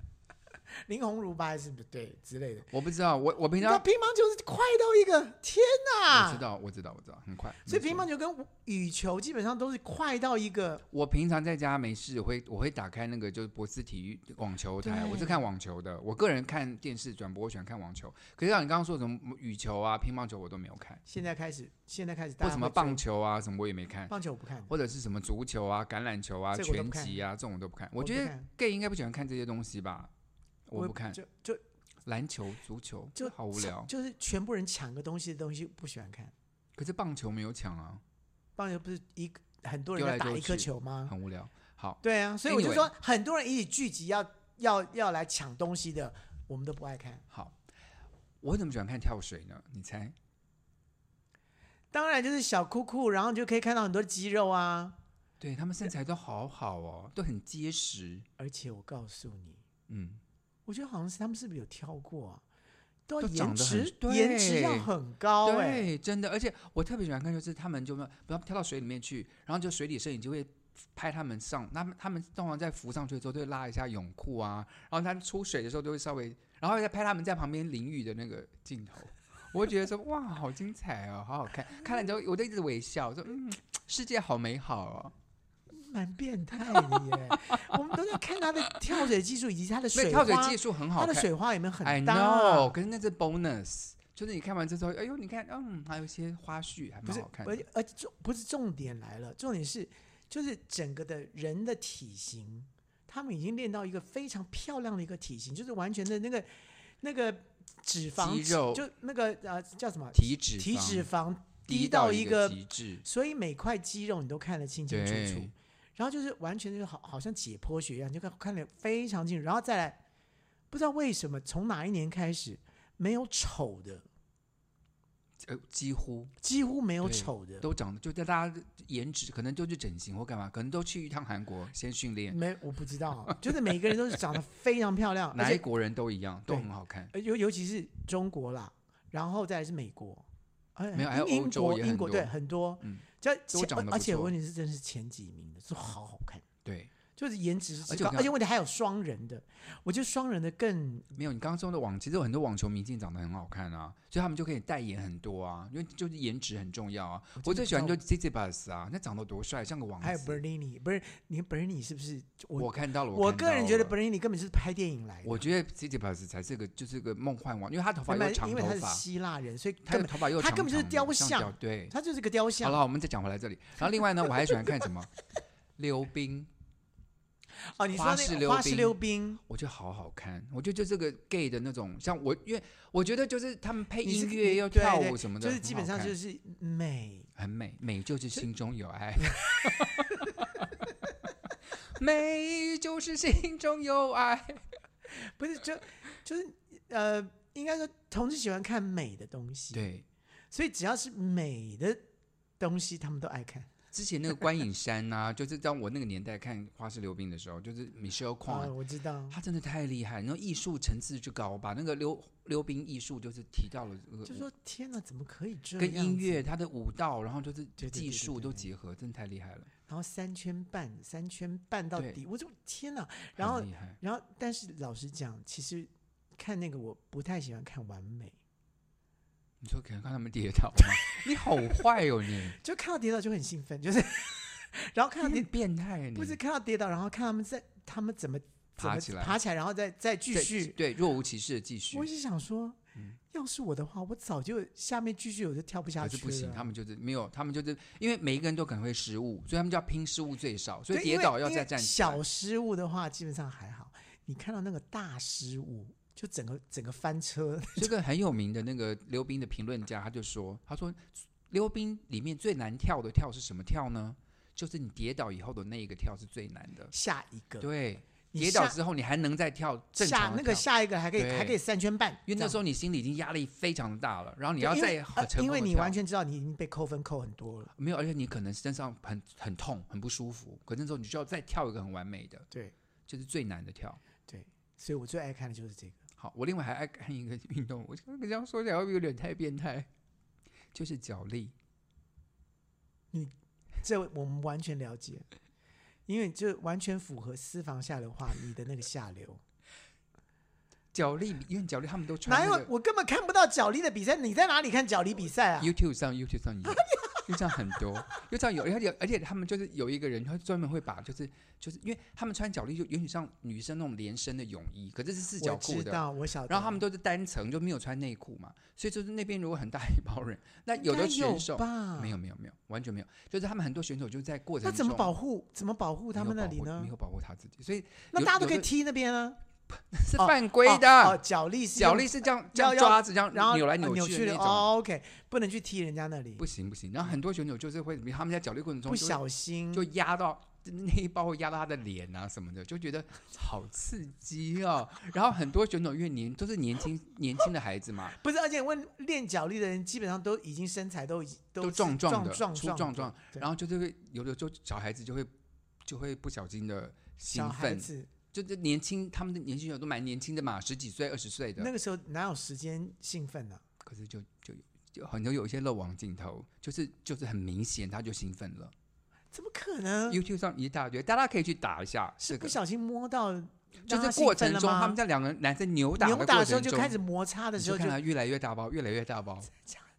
[SPEAKER 1] 林鸿儒吧，还是不对之类的。
[SPEAKER 2] 我不知道，我我平
[SPEAKER 1] 你知道
[SPEAKER 2] 常
[SPEAKER 1] 乒乓球是快到一个天哪！
[SPEAKER 2] 我知道，我知道，我知道，很快。
[SPEAKER 1] 所以
[SPEAKER 2] 没错
[SPEAKER 1] 乒乓球跟羽球基本上都是快到一个，
[SPEAKER 2] 我平常在家没事，我会我会打开那个就是博斯体育网球台，
[SPEAKER 1] 对
[SPEAKER 2] 我是看网球的。我个人看电视转播，我喜欢看网球。可是像你刚刚说什么羽球啊、乒乓球，我都没有看，
[SPEAKER 1] 现在开始，现在开始大
[SPEAKER 2] 或
[SPEAKER 1] 家
[SPEAKER 2] 什么
[SPEAKER 1] 会追
[SPEAKER 2] 棒球啊什么我也没看，
[SPEAKER 1] 棒球我不看，
[SPEAKER 2] 或者是什么足球啊、橄榄球啊、
[SPEAKER 1] 这个我都
[SPEAKER 2] 拳
[SPEAKER 1] 不看
[SPEAKER 2] 击啊这种我都不看。
[SPEAKER 1] 我
[SPEAKER 2] 我
[SPEAKER 1] 不
[SPEAKER 2] 觉得
[SPEAKER 1] 看
[SPEAKER 2] gay 应该不喜欢看这些东西吧？我不看
[SPEAKER 1] 就就
[SPEAKER 2] 篮球、足球，
[SPEAKER 1] 就
[SPEAKER 2] 好无聊。
[SPEAKER 1] 就是全部人抢个东西的东西不喜欢看。
[SPEAKER 2] 可是棒球没有抢啊，
[SPEAKER 1] 棒球不是一个很多人
[SPEAKER 2] 丢来
[SPEAKER 1] 要打
[SPEAKER 2] 丢
[SPEAKER 1] 一颗
[SPEAKER 2] 去
[SPEAKER 1] 球吗？
[SPEAKER 2] 很无聊。好，
[SPEAKER 1] 对啊，所以我就
[SPEAKER 2] Anyway
[SPEAKER 1] 说很多人一起聚集要要要来抢东西的，我们都不爱看。
[SPEAKER 2] 好，我怎么喜欢看跳水呢？你猜？
[SPEAKER 1] 当然就是小酷酷，然后你就可以看到很多肌肉啊。
[SPEAKER 2] 对他们身材都好好哦，都很结实。
[SPEAKER 1] 而且我告诉你，
[SPEAKER 2] 嗯，
[SPEAKER 1] 我觉得好像是他们是不是有挑过啊？都要
[SPEAKER 2] 都
[SPEAKER 1] 颜
[SPEAKER 2] 长得很
[SPEAKER 1] 值颜值
[SPEAKER 2] 对
[SPEAKER 1] 要很高哎、
[SPEAKER 2] 对，真的，而且我特别喜欢看，就是他们就不要跳到水里面去，然后就水底摄影就会拍他们上，他们他们通常在浮上去的时候都会拉一下泳裤啊，然后他们出水的时候都会稍微，然后再拍他们在旁边淋浴的那个镜头，我会觉得说哇，好精彩哦，好好看，看了之后我就一直微笑，说嗯，世界好美好哦。
[SPEAKER 1] 蛮变态的耶！ <laughs> 我们都在看他的跳水技术以及他的
[SPEAKER 2] 那
[SPEAKER 1] 水
[SPEAKER 2] 跳
[SPEAKER 1] 花，
[SPEAKER 2] 水技术很好
[SPEAKER 1] 他
[SPEAKER 2] 看，
[SPEAKER 1] 的水花有没有
[SPEAKER 2] I
[SPEAKER 1] 很大、啊
[SPEAKER 2] know，可是那是 bonus，就是你看完之后，哎呦，你看，嗯，还有一些花絮还
[SPEAKER 1] 不
[SPEAKER 2] 蛮
[SPEAKER 1] 是
[SPEAKER 2] 好，看
[SPEAKER 1] 而
[SPEAKER 2] 的
[SPEAKER 1] 且。而且重不是重点来了，重点是就是整个的人的体型，他们已经练到一个非常漂亮的一个体型，就是完全的那个那个脂肪
[SPEAKER 2] 肌肉
[SPEAKER 1] 就那个呃叫什么
[SPEAKER 2] 体脂
[SPEAKER 1] 体脂
[SPEAKER 2] 肪
[SPEAKER 1] 肪低
[SPEAKER 2] 低
[SPEAKER 1] 到
[SPEAKER 2] 到
[SPEAKER 1] 一
[SPEAKER 2] 个
[SPEAKER 1] 个，
[SPEAKER 2] 极致，
[SPEAKER 1] 所以每块肌肉你都看得清清楚楚
[SPEAKER 2] 对。，
[SPEAKER 1] 然后就是完全就是好，好像解剖学一样，就看看得非常清楚。然后再来，不知道为什么从哪一年开始，没有丑的，
[SPEAKER 2] 呃，几乎
[SPEAKER 1] 几乎没有
[SPEAKER 2] 对
[SPEAKER 1] 丑的，
[SPEAKER 2] 都长得，就在大家颜值可能都去整形或干嘛，可能都去一趟韩国先训练，
[SPEAKER 1] 没我不知道，啊就是每个人都是长得非常漂亮，而
[SPEAKER 2] 哪一
[SPEAKER 1] 且
[SPEAKER 2] 国人都一样，都
[SPEAKER 1] 对
[SPEAKER 2] 很好看。
[SPEAKER 1] 呃尤尤其是中国啦，然后再来是美国，哎
[SPEAKER 2] 没有还有
[SPEAKER 1] 英英
[SPEAKER 2] 欧洲
[SPEAKER 1] 国
[SPEAKER 2] 也很
[SPEAKER 1] 英国对
[SPEAKER 2] 多
[SPEAKER 1] 很多
[SPEAKER 2] 嗯，
[SPEAKER 1] 这
[SPEAKER 2] 都
[SPEAKER 1] 前
[SPEAKER 2] 长得
[SPEAKER 1] 而
[SPEAKER 2] 不
[SPEAKER 1] 且
[SPEAKER 2] 错
[SPEAKER 1] 问题是真的是前几名的都好好看，
[SPEAKER 2] 对，
[SPEAKER 1] 就是颜值之
[SPEAKER 2] 而且
[SPEAKER 1] 高
[SPEAKER 2] 我，看
[SPEAKER 1] 而且问题还有双人的，我觉得双人的更
[SPEAKER 2] 没有你刚刚说的网，其实有很多网球明星长得很好看啊，所以他们就可以代言很多啊，因为就是颜值很重要啊。我最喜欢就 c i c i b u s 啊，那长得多帅，像个王
[SPEAKER 1] 还有
[SPEAKER 2] 子。
[SPEAKER 1] Bernini，不是你 Bernini 是不是我
[SPEAKER 2] 我看到了，
[SPEAKER 1] 我
[SPEAKER 2] 看
[SPEAKER 1] 个人
[SPEAKER 2] 到
[SPEAKER 1] 觉得
[SPEAKER 2] 了
[SPEAKER 1] Bernini 根本就是拍电影来的，
[SPEAKER 2] 我觉得 c i t i p a s 才是个就是个梦幻王，因为他头发
[SPEAKER 1] 明白
[SPEAKER 2] 又长
[SPEAKER 1] 因为
[SPEAKER 2] 头
[SPEAKER 1] 他是
[SPEAKER 2] 发，
[SPEAKER 1] 希腊人，所以
[SPEAKER 2] 他
[SPEAKER 1] 根
[SPEAKER 2] 的
[SPEAKER 1] 本
[SPEAKER 2] 头发又
[SPEAKER 1] 他
[SPEAKER 2] 长
[SPEAKER 1] 根本就是
[SPEAKER 2] 长的
[SPEAKER 1] 雕
[SPEAKER 2] 像
[SPEAKER 1] 像
[SPEAKER 2] 雕对，
[SPEAKER 1] 他就是个雕像。
[SPEAKER 2] 好了，我们再讲回来这里。然后另外呢，我还喜欢看什么？ <laughs> 溜冰，
[SPEAKER 1] 哦，你说
[SPEAKER 2] 花
[SPEAKER 1] 那
[SPEAKER 2] 式
[SPEAKER 1] 个
[SPEAKER 2] 溜
[SPEAKER 1] 花式
[SPEAKER 2] 冰
[SPEAKER 1] 溜冰，
[SPEAKER 2] 我觉得好好看。我觉得就这个 gay 的那种，像我，因为我觉得就是他们配
[SPEAKER 1] 你是
[SPEAKER 2] 音乐
[SPEAKER 1] 你
[SPEAKER 2] 又
[SPEAKER 1] 对
[SPEAKER 2] 跳
[SPEAKER 1] 对
[SPEAKER 2] 舞什么的，
[SPEAKER 1] 就是基本上就是是美。
[SPEAKER 2] 很美，美就是心中有爱。 <laughs> 美就是心中有爱，
[SPEAKER 1] 不是就就是呃，应该说同志喜欢看美的东西，，
[SPEAKER 2] 对。
[SPEAKER 1] 所以只要是美的东西，他们都爱看。
[SPEAKER 2] 之前那个观影山呐、 <laughs> 就是当我那个年代看花式溜冰的时候，就是 Michelle
[SPEAKER 1] 啊、
[SPEAKER 2] Kwan，、
[SPEAKER 1] 我知道，
[SPEAKER 2] 他真的太厉害，那艺术层次之高，把那个溜溜冰艺术就是提到了这个
[SPEAKER 1] 就说天哪，怎么可以这样？
[SPEAKER 2] 跟音乐、，他的舞蹈，然后就是
[SPEAKER 1] 对对对
[SPEAKER 2] 技术
[SPEAKER 1] 对对
[SPEAKER 2] 都
[SPEAKER 1] 对
[SPEAKER 2] 结合，真的太厉害了，
[SPEAKER 1] 然后三圈半，三圈半到
[SPEAKER 2] 对
[SPEAKER 1] 底，我就天哪！然后
[SPEAKER 2] 很厉害。
[SPEAKER 1] 然后，但是老实讲，其实看那个我不太喜欢看完美，
[SPEAKER 2] 你说可能看他们跌倒吗，你好坏
[SPEAKER 1] <laughs>
[SPEAKER 2] 哦你，
[SPEAKER 1] 就看到跌倒就很兴奋，就是，然后看到
[SPEAKER 2] 你
[SPEAKER 1] 跌
[SPEAKER 2] 很变态啊你，
[SPEAKER 1] 不是看到跌倒，然后看他们在他们怎么怎
[SPEAKER 2] 爬
[SPEAKER 1] 么
[SPEAKER 2] 起来
[SPEAKER 1] 爬起来，然后再再继
[SPEAKER 2] 对
[SPEAKER 1] 续。
[SPEAKER 2] 对若无其事的继续嗯
[SPEAKER 1] 我，是想说，要是我的话，我早就下面继续我就跳不下
[SPEAKER 2] 可
[SPEAKER 1] 去
[SPEAKER 2] 是
[SPEAKER 1] 了。
[SPEAKER 2] 不行，他们就是没有，他们就是因为每一个人都可能会失误，所以他们就要拼失误最少，所以
[SPEAKER 1] 对因
[SPEAKER 2] 跌
[SPEAKER 1] 为
[SPEAKER 2] 倒要
[SPEAKER 1] 因
[SPEAKER 2] 再
[SPEAKER 1] 为
[SPEAKER 2] 站起来
[SPEAKER 1] 小。失误的话，基本上还好。你看到那个大失误，就整个整个翻车， <laughs>
[SPEAKER 2] 这个很有名的那个溜冰的评论家，他就说，他说溜冰里面最难跳的跳是什么跳呢？就是你跌倒以后的那一个跳是最难的。
[SPEAKER 1] 下一个
[SPEAKER 2] 对，
[SPEAKER 1] 你
[SPEAKER 2] 跌倒
[SPEAKER 1] 下
[SPEAKER 2] 之后你还能再跳正
[SPEAKER 1] 下
[SPEAKER 2] 常的
[SPEAKER 1] 那个
[SPEAKER 2] 跳
[SPEAKER 1] 下一个还可以还
[SPEAKER 2] 对
[SPEAKER 1] 可以三圈半，
[SPEAKER 2] 因为那时
[SPEAKER 1] 候
[SPEAKER 2] 候你心里已经压力非常大了，然后你要再很成功、
[SPEAKER 1] 因为你完。全知道你已经被扣分扣很多了，
[SPEAKER 2] 没有，而且你可能身上很很痛，很不舒服。可那时候你就要再跳一个很完美的，
[SPEAKER 1] 对
[SPEAKER 2] 就是最难的跳。
[SPEAKER 1] 对，所以我最爱看的就是这个。
[SPEAKER 2] 好，我另外还爱看一个 <laughs> 运动，我这个这样说起来会不会有点太变态？就是脚力，
[SPEAKER 1] 这我们完全了解，因为这完全符合私房下流话你的那个下流。
[SPEAKER 2] 脚力，因为脚力他们都穿、
[SPEAKER 1] 哪
[SPEAKER 2] 那
[SPEAKER 1] 有
[SPEAKER 2] 个
[SPEAKER 1] 我根本看不到脚力的比赛？你在哪里看脚力比赛啊？
[SPEAKER 2] YouTube 上 YouTube 上有，YouTube 上很多，YouTube 上有，而且而且他们就是有一个人，他专门会把就是就是因为他们穿脚力就有点像女生那种连身的泳衣，可是是四
[SPEAKER 1] 我
[SPEAKER 2] 角裤
[SPEAKER 1] 知
[SPEAKER 2] 的，
[SPEAKER 1] 道，我晓得。
[SPEAKER 2] 然后他们都是单层，就没有穿内裤嘛，所以就是那边如果很大一包人，那有
[SPEAKER 1] 应
[SPEAKER 2] 的
[SPEAKER 1] 该
[SPEAKER 2] 选手
[SPEAKER 1] 吧
[SPEAKER 2] 没有没有没有完全没有，就是他们很多选手就在过程
[SPEAKER 1] 那
[SPEAKER 2] 中
[SPEAKER 1] 怎么保护？怎么保护他
[SPEAKER 2] 没有
[SPEAKER 1] 们那
[SPEAKER 2] 保
[SPEAKER 1] 里
[SPEAKER 2] 护
[SPEAKER 1] 呢
[SPEAKER 2] 没？有保护他自己，
[SPEAKER 1] <laughs>
[SPEAKER 2] 所以
[SPEAKER 1] 那
[SPEAKER 2] 有
[SPEAKER 1] 大家都
[SPEAKER 2] 有
[SPEAKER 1] 可以
[SPEAKER 2] 的
[SPEAKER 1] 踢那边啊，
[SPEAKER 2] 是
[SPEAKER 1] 哦
[SPEAKER 2] 犯规的。
[SPEAKER 1] 哦哦脚力是
[SPEAKER 2] 脚
[SPEAKER 1] 用
[SPEAKER 2] 力是这样这
[SPEAKER 1] 要
[SPEAKER 2] 样
[SPEAKER 1] 要
[SPEAKER 2] 抓着这样
[SPEAKER 1] 然后
[SPEAKER 2] 扭来
[SPEAKER 1] 扭
[SPEAKER 2] 去的
[SPEAKER 1] 的
[SPEAKER 2] 那种，
[SPEAKER 1] 哦，OK，不能去踢人家那里，
[SPEAKER 2] 不行不行。然后很多选手就是会，他们在脚力过程中
[SPEAKER 1] 不
[SPEAKER 2] 就会
[SPEAKER 1] 小心
[SPEAKER 2] 就压到那一包会压到他的脸啊什么的，就觉得好刺激哦。然后很多选手因为年都是年轻年轻的孩子嘛，
[SPEAKER 1] 不是，而且问练脚力的人基本上都已经身材都已经
[SPEAKER 2] 都
[SPEAKER 1] 都
[SPEAKER 2] 壮
[SPEAKER 1] 壮
[SPEAKER 2] 的，
[SPEAKER 1] 壮
[SPEAKER 2] 粗壮
[SPEAKER 1] 壮
[SPEAKER 2] 壮
[SPEAKER 1] 的，，对
[SPEAKER 2] 然后就是会有的时候小孩子就会就会不小心的兴
[SPEAKER 1] 小孩
[SPEAKER 2] 奋，
[SPEAKER 1] 子
[SPEAKER 2] 就是年轻他们的年轻人都蛮年轻的嘛，十几岁二十岁的，
[SPEAKER 1] 那个时候哪有时间兴奋啊呢？
[SPEAKER 2] 可是就就有就很多有一些漏网镜头，就是就是很明显他就兴奋了。
[SPEAKER 1] 怎么可能？
[SPEAKER 2] YouTube 上一大堆，大家可以去打一下
[SPEAKER 1] 嗯是
[SPEAKER 2] 这
[SPEAKER 1] 不
[SPEAKER 2] 个。
[SPEAKER 1] 小心摸到，
[SPEAKER 2] 就是过程中，他
[SPEAKER 1] 他
[SPEAKER 2] 们在两个人男生扭打
[SPEAKER 1] 扭
[SPEAKER 2] 的
[SPEAKER 1] 打
[SPEAKER 2] 过
[SPEAKER 1] 的时候
[SPEAKER 2] 程
[SPEAKER 1] 就
[SPEAKER 2] 中，
[SPEAKER 1] 开始摩擦的
[SPEAKER 2] 你
[SPEAKER 1] 时
[SPEAKER 2] 就
[SPEAKER 1] 候就
[SPEAKER 2] 看它越来越大包，越来越大包，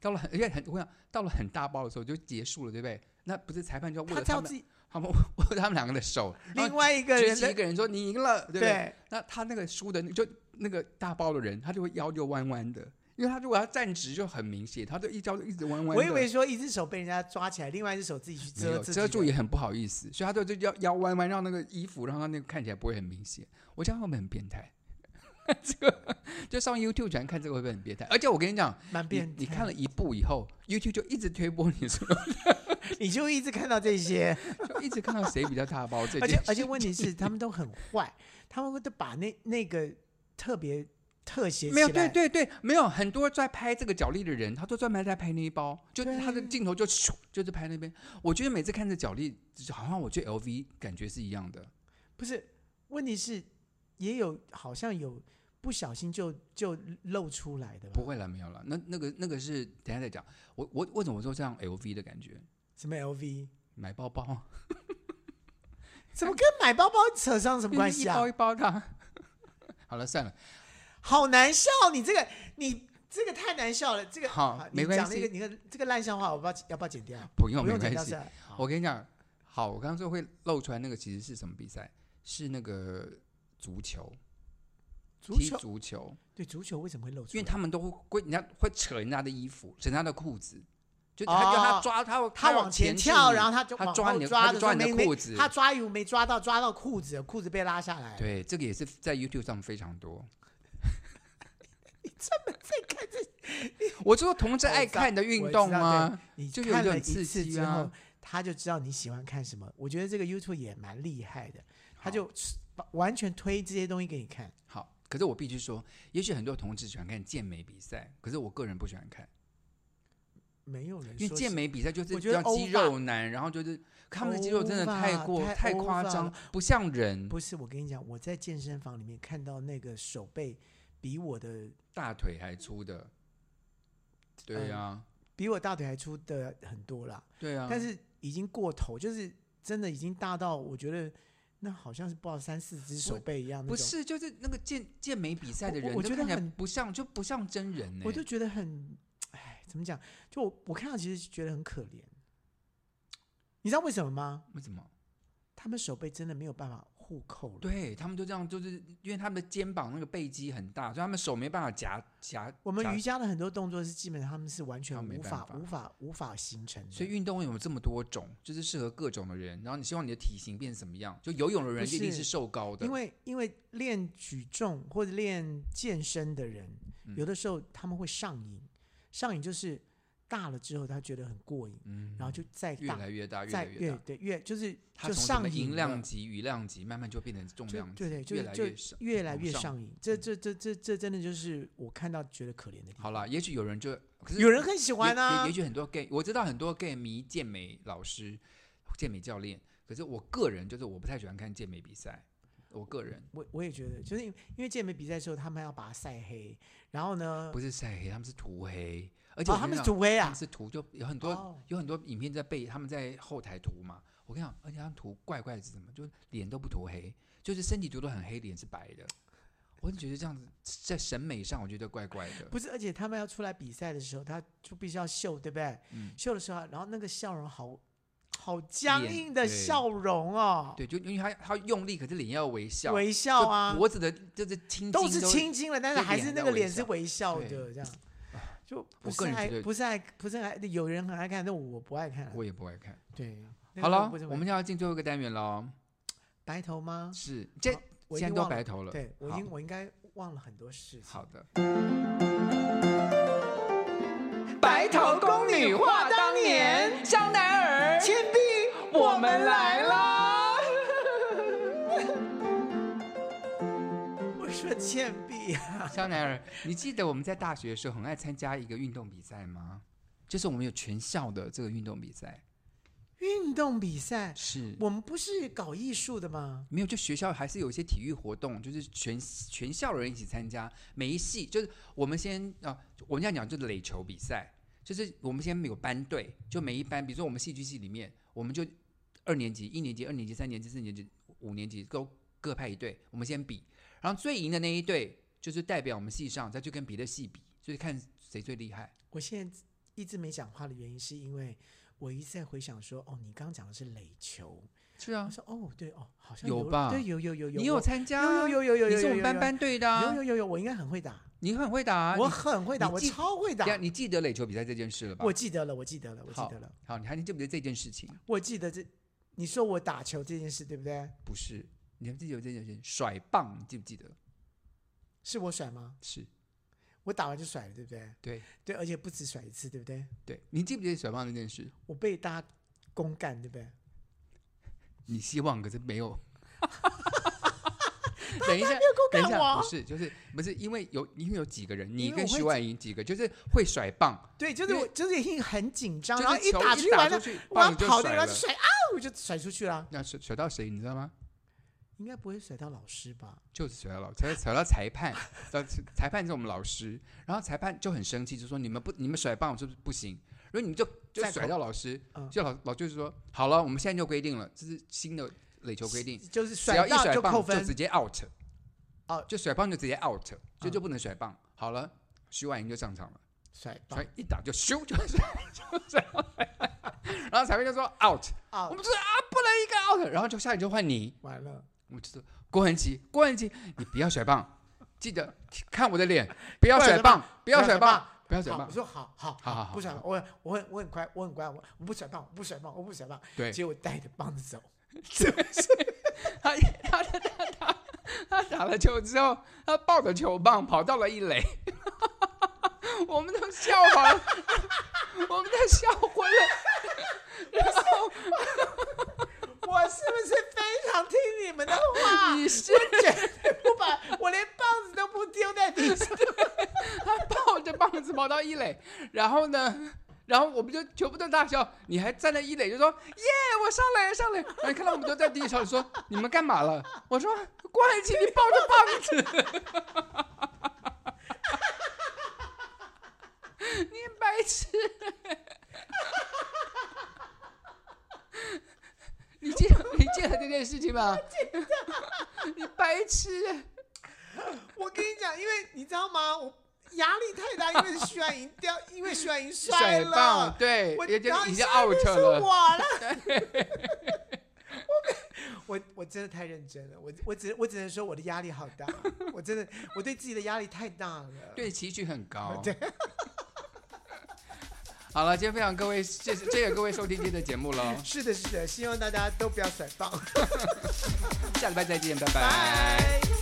[SPEAKER 2] 到了很，因为很，我想到了很大包的时候就结束了，对不对？那不是裁判就要握
[SPEAKER 1] 他
[SPEAKER 2] 着
[SPEAKER 1] 叫
[SPEAKER 2] 他
[SPEAKER 1] 自
[SPEAKER 2] 们，
[SPEAKER 1] 己
[SPEAKER 2] 他 <laughs> 们握着他们两个的手，然
[SPEAKER 1] 另
[SPEAKER 2] 后
[SPEAKER 1] 外一个
[SPEAKER 2] 举
[SPEAKER 1] 人
[SPEAKER 2] 起一
[SPEAKER 1] 的
[SPEAKER 2] 个人说你赢了，对不对？
[SPEAKER 1] 对
[SPEAKER 2] 那他那个输的那就那个大包的人，他就会腰就弯弯的，因为他如果要站直就很明显，他就一招就一直弯弯的。
[SPEAKER 1] 我以为说一只手被人家抓起来，另外一只手自己去
[SPEAKER 2] 没
[SPEAKER 1] 遮
[SPEAKER 2] 有
[SPEAKER 1] 自己
[SPEAKER 2] 遮住
[SPEAKER 1] 的
[SPEAKER 2] 也很不好意思，所以他就就腰腰弯弯，让那个衣服让他那个看起来不会很明显。我这样会不会很变态？ <laughs> 这个就上 YouTube 全看这个会不会很变态？而且我跟你讲，
[SPEAKER 1] 蛮
[SPEAKER 2] 你
[SPEAKER 1] 变
[SPEAKER 2] 你
[SPEAKER 1] 态
[SPEAKER 2] 看了一部以后，YouTube 就一直推播你说，
[SPEAKER 1] <laughs> 你就一直看到这些，
[SPEAKER 2] 就一直看到谁比较大包这
[SPEAKER 1] 而且
[SPEAKER 2] 件事。
[SPEAKER 1] 而且问题是他们都很坏，他们都把那那个特别特写
[SPEAKER 2] 没有，
[SPEAKER 1] 起
[SPEAKER 2] 对
[SPEAKER 1] 来
[SPEAKER 2] 对对，没有很多在拍这个脚力的人，他都专门在拍那一包，就
[SPEAKER 1] 对
[SPEAKER 2] 他的镜头就咻就是拍那边。我觉得每次看着脚力，就是好像我去 LV 感觉是一样的。
[SPEAKER 1] 不是问题是也有好像有不小心就就露出来的吧？
[SPEAKER 2] 不会了，没有了。那那个那个是等一下再讲。我我为什么说这样 LV 的感觉？
[SPEAKER 1] 什么
[SPEAKER 2] <laughs>
[SPEAKER 1] LV，
[SPEAKER 2] 买包包，
[SPEAKER 1] 怎么跟买包包扯上什么关系
[SPEAKER 2] 一
[SPEAKER 1] 啊
[SPEAKER 2] 包？一包的啊、 <laughs> 好了，算了，
[SPEAKER 1] 好难笑，你这个你这个太难笑了，这个
[SPEAKER 2] 好
[SPEAKER 1] 你
[SPEAKER 2] 没关
[SPEAKER 1] 讲那
[SPEAKER 2] 系
[SPEAKER 1] 个你看这个烂笑话，我不知道要不要剪掉，
[SPEAKER 2] 不用
[SPEAKER 1] 不
[SPEAKER 2] 没
[SPEAKER 1] 用剪
[SPEAKER 2] 关
[SPEAKER 1] 掉
[SPEAKER 2] 系
[SPEAKER 1] 是。吧
[SPEAKER 2] 我跟你讲，好，我刚刚说会露出来那个其实是什么比赛？是那个足球，
[SPEAKER 1] 足
[SPEAKER 2] 踢
[SPEAKER 1] 球
[SPEAKER 2] 足球，
[SPEAKER 1] 对足球为什么会露出来？
[SPEAKER 2] 因为他们都会会人家会扯人家的衣服，扯人家的裤子，就
[SPEAKER 1] 哦
[SPEAKER 2] 他就他抓他会
[SPEAKER 1] 他
[SPEAKER 2] 要
[SPEAKER 1] 往前
[SPEAKER 2] 制
[SPEAKER 1] 跳，
[SPEAKER 2] 你
[SPEAKER 1] 然后他就
[SPEAKER 2] 他
[SPEAKER 1] 往
[SPEAKER 2] 抓
[SPEAKER 1] 后
[SPEAKER 2] 你的
[SPEAKER 1] 抓
[SPEAKER 2] 他
[SPEAKER 1] 的
[SPEAKER 2] 就
[SPEAKER 1] 时候
[SPEAKER 2] 抓你
[SPEAKER 1] 没
[SPEAKER 2] 的
[SPEAKER 1] 没
[SPEAKER 2] 裤子，
[SPEAKER 1] 他抓衣服没抓到，抓到裤子，裤子被拉下来。
[SPEAKER 2] 对这个也是在 YouTube 上非
[SPEAKER 1] <laughs>
[SPEAKER 2] 常多。你专门在看这？我就说同志
[SPEAKER 1] 我
[SPEAKER 2] 爱
[SPEAKER 1] 知道
[SPEAKER 2] 看的运动
[SPEAKER 1] 我知
[SPEAKER 2] 啊，
[SPEAKER 1] 你
[SPEAKER 2] 就有
[SPEAKER 1] 看
[SPEAKER 2] 一种
[SPEAKER 1] 了一
[SPEAKER 2] 刺
[SPEAKER 1] 次
[SPEAKER 2] 激
[SPEAKER 1] 之
[SPEAKER 2] 啊
[SPEAKER 1] 后，他就知道你喜欢看什么。我觉得这个 YouTube 也蛮厉害的，他就把完全推这些东西给你看。
[SPEAKER 2] 好，可是我必须说，也许很多同志喜欢看健美比赛，可是我个人不喜欢看，
[SPEAKER 1] 没有人
[SPEAKER 2] 因为
[SPEAKER 1] 说
[SPEAKER 2] 健
[SPEAKER 1] 是
[SPEAKER 2] 美比赛就是
[SPEAKER 1] 我觉得
[SPEAKER 2] 让肌
[SPEAKER 1] over
[SPEAKER 2] 肉男，然后就是他们的肌肉真的太
[SPEAKER 1] over，
[SPEAKER 2] 过
[SPEAKER 1] 太
[SPEAKER 2] 太夸
[SPEAKER 1] over
[SPEAKER 2] 张
[SPEAKER 1] 了，
[SPEAKER 2] 不像人，
[SPEAKER 1] 不是我跟你讲，我在健身房里面看到那个手背比我的
[SPEAKER 2] 大腿还粗的。对啊，
[SPEAKER 1] 比我大腿还粗的很多啦，
[SPEAKER 2] 对啊，
[SPEAKER 1] 嗯但是已经过头，就是真的已经大到我觉得那好像是抱三四只手背一样那
[SPEAKER 2] 不
[SPEAKER 1] 种。
[SPEAKER 2] 是就是那个健健美比赛的
[SPEAKER 1] 我
[SPEAKER 2] 人，
[SPEAKER 1] 我
[SPEAKER 2] 就
[SPEAKER 1] 觉得
[SPEAKER 2] 看起来
[SPEAKER 1] 很
[SPEAKER 2] 不像就不像真人欸呢、
[SPEAKER 1] 我就觉得很，哎，怎么讲？就我我看到其实觉得很可怜。你知道为什么吗？
[SPEAKER 2] 为什么？
[SPEAKER 1] 他们手背真的没有办法互扣了。
[SPEAKER 2] 对他们都这样，就是因为他们的肩膀那个背肌很大，所以他们手没办法夹夹。
[SPEAKER 1] 我们
[SPEAKER 2] 夹
[SPEAKER 1] 瑜伽的很多动作是基本上他们是完全
[SPEAKER 2] 他们没
[SPEAKER 1] 无法
[SPEAKER 2] 办法
[SPEAKER 1] 无法无法形成的，
[SPEAKER 2] 所以运动有这么多种，就是适合各种的人。然后你希望你的体型变什么样？就游泳的人
[SPEAKER 1] 不是
[SPEAKER 2] 一定是瘦高的，
[SPEAKER 1] 因为因为练举重或者练健身的人，
[SPEAKER 2] 嗯
[SPEAKER 1] 有的时候他们会上瘾，上瘾就是大了之后他觉得很过瘾，
[SPEAKER 2] 嗯
[SPEAKER 1] 然后就再
[SPEAKER 2] 越
[SPEAKER 1] 大
[SPEAKER 2] 来越大，越
[SPEAKER 1] 再
[SPEAKER 2] 来越大。
[SPEAKER 1] 对越就是
[SPEAKER 2] 它
[SPEAKER 1] 就
[SPEAKER 2] 从什么
[SPEAKER 1] 上
[SPEAKER 2] 银
[SPEAKER 1] 瘾
[SPEAKER 2] 量
[SPEAKER 1] 了
[SPEAKER 2] 级、羽量级，慢慢就变成重
[SPEAKER 1] 就
[SPEAKER 2] 量级，
[SPEAKER 1] 对对，就是
[SPEAKER 2] 越来
[SPEAKER 1] 就
[SPEAKER 2] 越少。
[SPEAKER 1] 越来越
[SPEAKER 2] 往上嗯
[SPEAKER 1] 上瘾，这这这这这真的就是我看到觉得可怜的地方。
[SPEAKER 2] 好啦，也许有人就可是
[SPEAKER 1] 有人很喜欢啊
[SPEAKER 2] 也也也许很多 gay，我知道很多 gay 迷健美老师、健美教练，可是我个人就是我不太喜欢看健美比赛，我个人
[SPEAKER 1] 我我也觉得，就是因为因为健美比赛的时候，他们要把它晒黑，然后呢，
[SPEAKER 2] 不是晒黑，他们是涂黑，而且
[SPEAKER 1] 哦
[SPEAKER 2] 我跟你
[SPEAKER 1] 他们是
[SPEAKER 2] 讲
[SPEAKER 1] 土威
[SPEAKER 2] 他
[SPEAKER 1] 啊
[SPEAKER 2] 们，是涂就有很多、
[SPEAKER 1] 哦
[SPEAKER 2] 有很多影片在背，他们在后台涂嘛。我跟你讲，而且他们涂怪怪是什么？就是脸都不涂黑，就是身体涂的很黑，脸是白的。我就觉得这样子在审美上，我觉得怪怪的。
[SPEAKER 1] 不是，而且他们要出来比赛的时候，他就必须要秀，对不对？秀的时候，啊然后那个笑容好好僵
[SPEAKER 2] 嗯脸
[SPEAKER 1] 硬的
[SPEAKER 2] 对
[SPEAKER 1] 笑容哦，
[SPEAKER 2] 对，就因为他他用力，可是脸要微笑，
[SPEAKER 1] 微笑啊
[SPEAKER 2] 就，脖子的就是青筋
[SPEAKER 1] 都是青筋了，但是
[SPEAKER 2] 就
[SPEAKER 1] 还
[SPEAKER 2] 脸
[SPEAKER 1] 是那
[SPEAKER 2] 在
[SPEAKER 1] 个
[SPEAKER 2] 微
[SPEAKER 1] 脸是
[SPEAKER 2] 笑
[SPEAKER 1] 微笑的，
[SPEAKER 2] 对
[SPEAKER 1] 这样
[SPEAKER 2] <laughs>
[SPEAKER 1] 就不
[SPEAKER 2] 我
[SPEAKER 1] 是
[SPEAKER 2] 个人觉
[SPEAKER 1] 爱，
[SPEAKER 2] 得
[SPEAKER 1] 不是爱，不是爱。有人很爱看，但我不爱看啊。
[SPEAKER 2] 我也不爱看。
[SPEAKER 1] 对，那
[SPEAKER 2] 好
[SPEAKER 1] 个
[SPEAKER 2] 了
[SPEAKER 1] 不是，
[SPEAKER 2] 我们要进最后一个单元喽。
[SPEAKER 1] 白头吗？
[SPEAKER 2] 是，这
[SPEAKER 1] 好我已
[SPEAKER 2] 现在
[SPEAKER 1] 经
[SPEAKER 2] 都
[SPEAKER 1] 忘了
[SPEAKER 2] 白头了。
[SPEAKER 1] 对，我已
[SPEAKER 2] 好
[SPEAKER 1] 经我应该忘了很多事情。
[SPEAKER 2] 好的。
[SPEAKER 3] <laughs> 白头宫女话当年，香奈儿，
[SPEAKER 1] 铅笔，
[SPEAKER 3] 我们来
[SPEAKER 2] <laughs>
[SPEAKER 3] 啦！
[SPEAKER 1] <laughs> 我说铅笔啊，
[SPEAKER 2] 香奈儿，你记得我们在大学的时候很爱参加一个运动比赛吗？就是我们有全校的这个运动比赛，
[SPEAKER 1] 运动比赛，
[SPEAKER 2] 是
[SPEAKER 1] 我们不是搞艺术的吗？
[SPEAKER 2] 没有，就学校还是有一些体育活动，就是全全校人一起参加。每一系就是我们先啊，我们要讲就是垒球比赛，就是我们先有班队，就每一班，比如说我们戏剧系里面，我们就二年级、一年级、二年级、三年级、四年级、五年级都各派一队，我们先比，然后最赢的那一队就是代表我们系上，再去跟别的系比，就是看谁最厉害。
[SPEAKER 1] 我现在一直没讲话的原因，是因为我一直在回想说，哦，你刚刚讲的是垒球，
[SPEAKER 2] 是啊
[SPEAKER 1] 我，说哦，对哦，好像
[SPEAKER 2] 有吧
[SPEAKER 1] 对，有有有有，
[SPEAKER 2] 你有
[SPEAKER 1] 我
[SPEAKER 2] 参加？
[SPEAKER 1] 有有有有有
[SPEAKER 2] 你是我们
[SPEAKER 1] 有
[SPEAKER 2] 班
[SPEAKER 1] 有
[SPEAKER 2] 班队的、啊
[SPEAKER 1] 有，有有有，我应该很会打，
[SPEAKER 2] 你很会打啊、
[SPEAKER 1] 我
[SPEAKER 2] 你
[SPEAKER 1] 很会打，
[SPEAKER 2] 你
[SPEAKER 1] 我
[SPEAKER 2] 记
[SPEAKER 1] 超会打
[SPEAKER 2] 等一，下你记得垒球比赛这件事了吧？
[SPEAKER 1] 我记得了，我记得了，我记得了，
[SPEAKER 2] 好，你还记不记得这件事情？
[SPEAKER 1] 我记得这，你说我打球这件事对不对？
[SPEAKER 2] 不是，你还记得这件事情？甩棒，你记不记得？
[SPEAKER 1] 是我甩吗？
[SPEAKER 2] 是
[SPEAKER 1] 我打完就甩了，对不对？
[SPEAKER 2] 对
[SPEAKER 1] 对，而且不止甩一次，对不对？
[SPEAKER 2] 对，你记不记得甩棒这件事？
[SPEAKER 1] 我被大家公干，对不对？
[SPEAKER 2] 你希望可是没 <laughs> 有。等一下，
[SPEAKER 1] 干
[SPEAKER 2] 等一下，
[SPEAKER 1] 我
[SPEAKER 2] 不是，就是不是因为有因为有几个人，你
[SPEAKER 1] 因为
[SPEAKER 2] 跟
[SPEAKER 1] 我会
[SPEAKER 2] 徐婉莹几个，就是会甩棒，
[SPEAKER 1] 对，就是
[SPEAKER 2] 因
[SPEAKER 1] 我
[SPEAKER 2] 为
[SPEAKER 1] 就是已经很紧张，
[SPEAKER 2] 就
[SPEAKER 1] 然后
[SPEAKER 2] 是球
[SPEAKER 1] 打
[SPEAKER 2] 一
[SPEAKER 1] 出去
[SPEAKER 2] 打
[SPEAKER 1] 完
[SPEAKER 2] 出
[SPEAKER 1] 了
[SPEAKER 2] 去，
[SPEAKER 1] 我要
[SPEAKER 2] 棒就
[SPEAKER 1] 跑的，
[SPEAKER 2] 甩
[SPEAKER 1] 然后就
[SPEAKER 2] 了
[SPEAKER 1] 甩啊，我就甩出去了。
[SPEAKER 2] 那甩甩到谁你知道吗？
[SPEAKER 1] 应该不会甩到老师吧？
[SPEAKER 2] 就是甩到老裁甩到裁判， <laughs> 到裁判是我们老师，然后裁判就很生气，就说你们不你们甩棒是不是不行？然后你们就就
[SPEAKER 1] 再
[SPEAKER 2] 甩到老师
[SPEAKER 1] 嗯，
[SPEAKER 2] 就老老就是说好了，我们现在就规定了，这是新的垒球规定，
[SPEAKER 1] 就是
[SPEAKER 2] 只
[SPEAKER 1] 甩
[SPEAKER 2] 要一
[SPEAKER 1] 到
[SPEAKER 2] 甩
[SPEAKER 1] 就
[SPEAKER 2] 棒
[SPEAKER 1] 扣分
[SPEAKER 2] 就直，接 out，
[SPEAKER 1] 哦嗯
[SPEAKER 2] 就甩棒就直接 out，就就不能甩棒。好了，徐婉莹就上场了，
[SPEAKER 1] 甩
[SPEAKER 2] 所
[SPEAKER 1] 棒
[SPEAKER 2] 以一打就咻就就甩到裁判，然后裁判就说 out，
[SPEAKER 1] 啊
[SPEAKER 2] 我，们说啊不能一个 out，然后就下一就换你。
[SPEAKER 1] 完了，
[SPEAKER 2] 我就说郭恒奇，郭恒奇，你不要甩棒，记得看我的脸，不要
[SPEAKER 1] 不要
[SPEAKER 2] 甩
[SPEAKER 1] 甩
[SPEAKER 2] 棒，不
[SPEAKER 1] 不
[SPEAKER 2] 要甩
[SPEAKER 1] 棒
[SPEAKER 2] 棒，，不要甩
[SPEAKER 1] 好
[SPEAKER 2] 棒
[SPEAKER 1] 我。说好好
[SPEAKER 2] 好好好
[SPEAKER 1] 不甩棒，我我很我很乖，我很乖，我我不甩棒，我不甩棒，我不甩棒，
[SPEAKER 2] 对，
[SPEAKER 1] 结果带着棒子走，
[SPEAKER 2] 他他他他他他打了球之后，他抱着球棒跑到了一垒， <laughs> 我们都笑完， <laughs> 我们都笑昏了。
[SPEAKER 1] 我是不是非常听你们的
[SPEAKER 2] <laughs>
[SPEAKER 1] 话？ <laughs>
[SPEAKER 2] 你是
[SPEAKER 1] 我绝对不把，我连棒子都不丢在地上，
[SPEAKER 2] 他 <laughs> 抱着棒子跑到一垒，然后呢，然后我们就全部都大笑，你还站在一垒就说耶，我上来了上来了，然后看到我们都在地上说你们干嘛了？我说郭海琪，你抱着棒子， <laughs> 你白痴。你记得你记得这件事情吗？你白痴！
[SPEAKER 1] 我跟你讲，因为你知道吗？我压力太大，因为徐婉莹掉，因为徐婉莹摔
[SPEAKER 2] <laughs> 甩
[SPEAKER 1] 了，
[SPEAKER 2] 棒，对
[SPEAKER 1] 我，
[SPEAKER 2] 也就
[SPEAKER 1] 然后
[SPEAKER 2] 已经
[SPEAKER 1] <laughs> 下面
[SPEAKER 2] out
[SPEAKER 1] 是
[SPEAKER 2] 了。
[SPEAKER 1] 我了。我我我真的太认真了，我我只我只能说我的压力好大，我真的我对自己的压力太大了。
[SPEAKER 2] 对，哦期许很高。好了，今天分享各位，谢谢谢谢各位收听今天的节目喽，
[SPEAKER 1] 是的，是的，希望大家都不要甩棒，
[SPEAKER 2] 下礼拜再见，拜
[SPEAKER 1] 拜。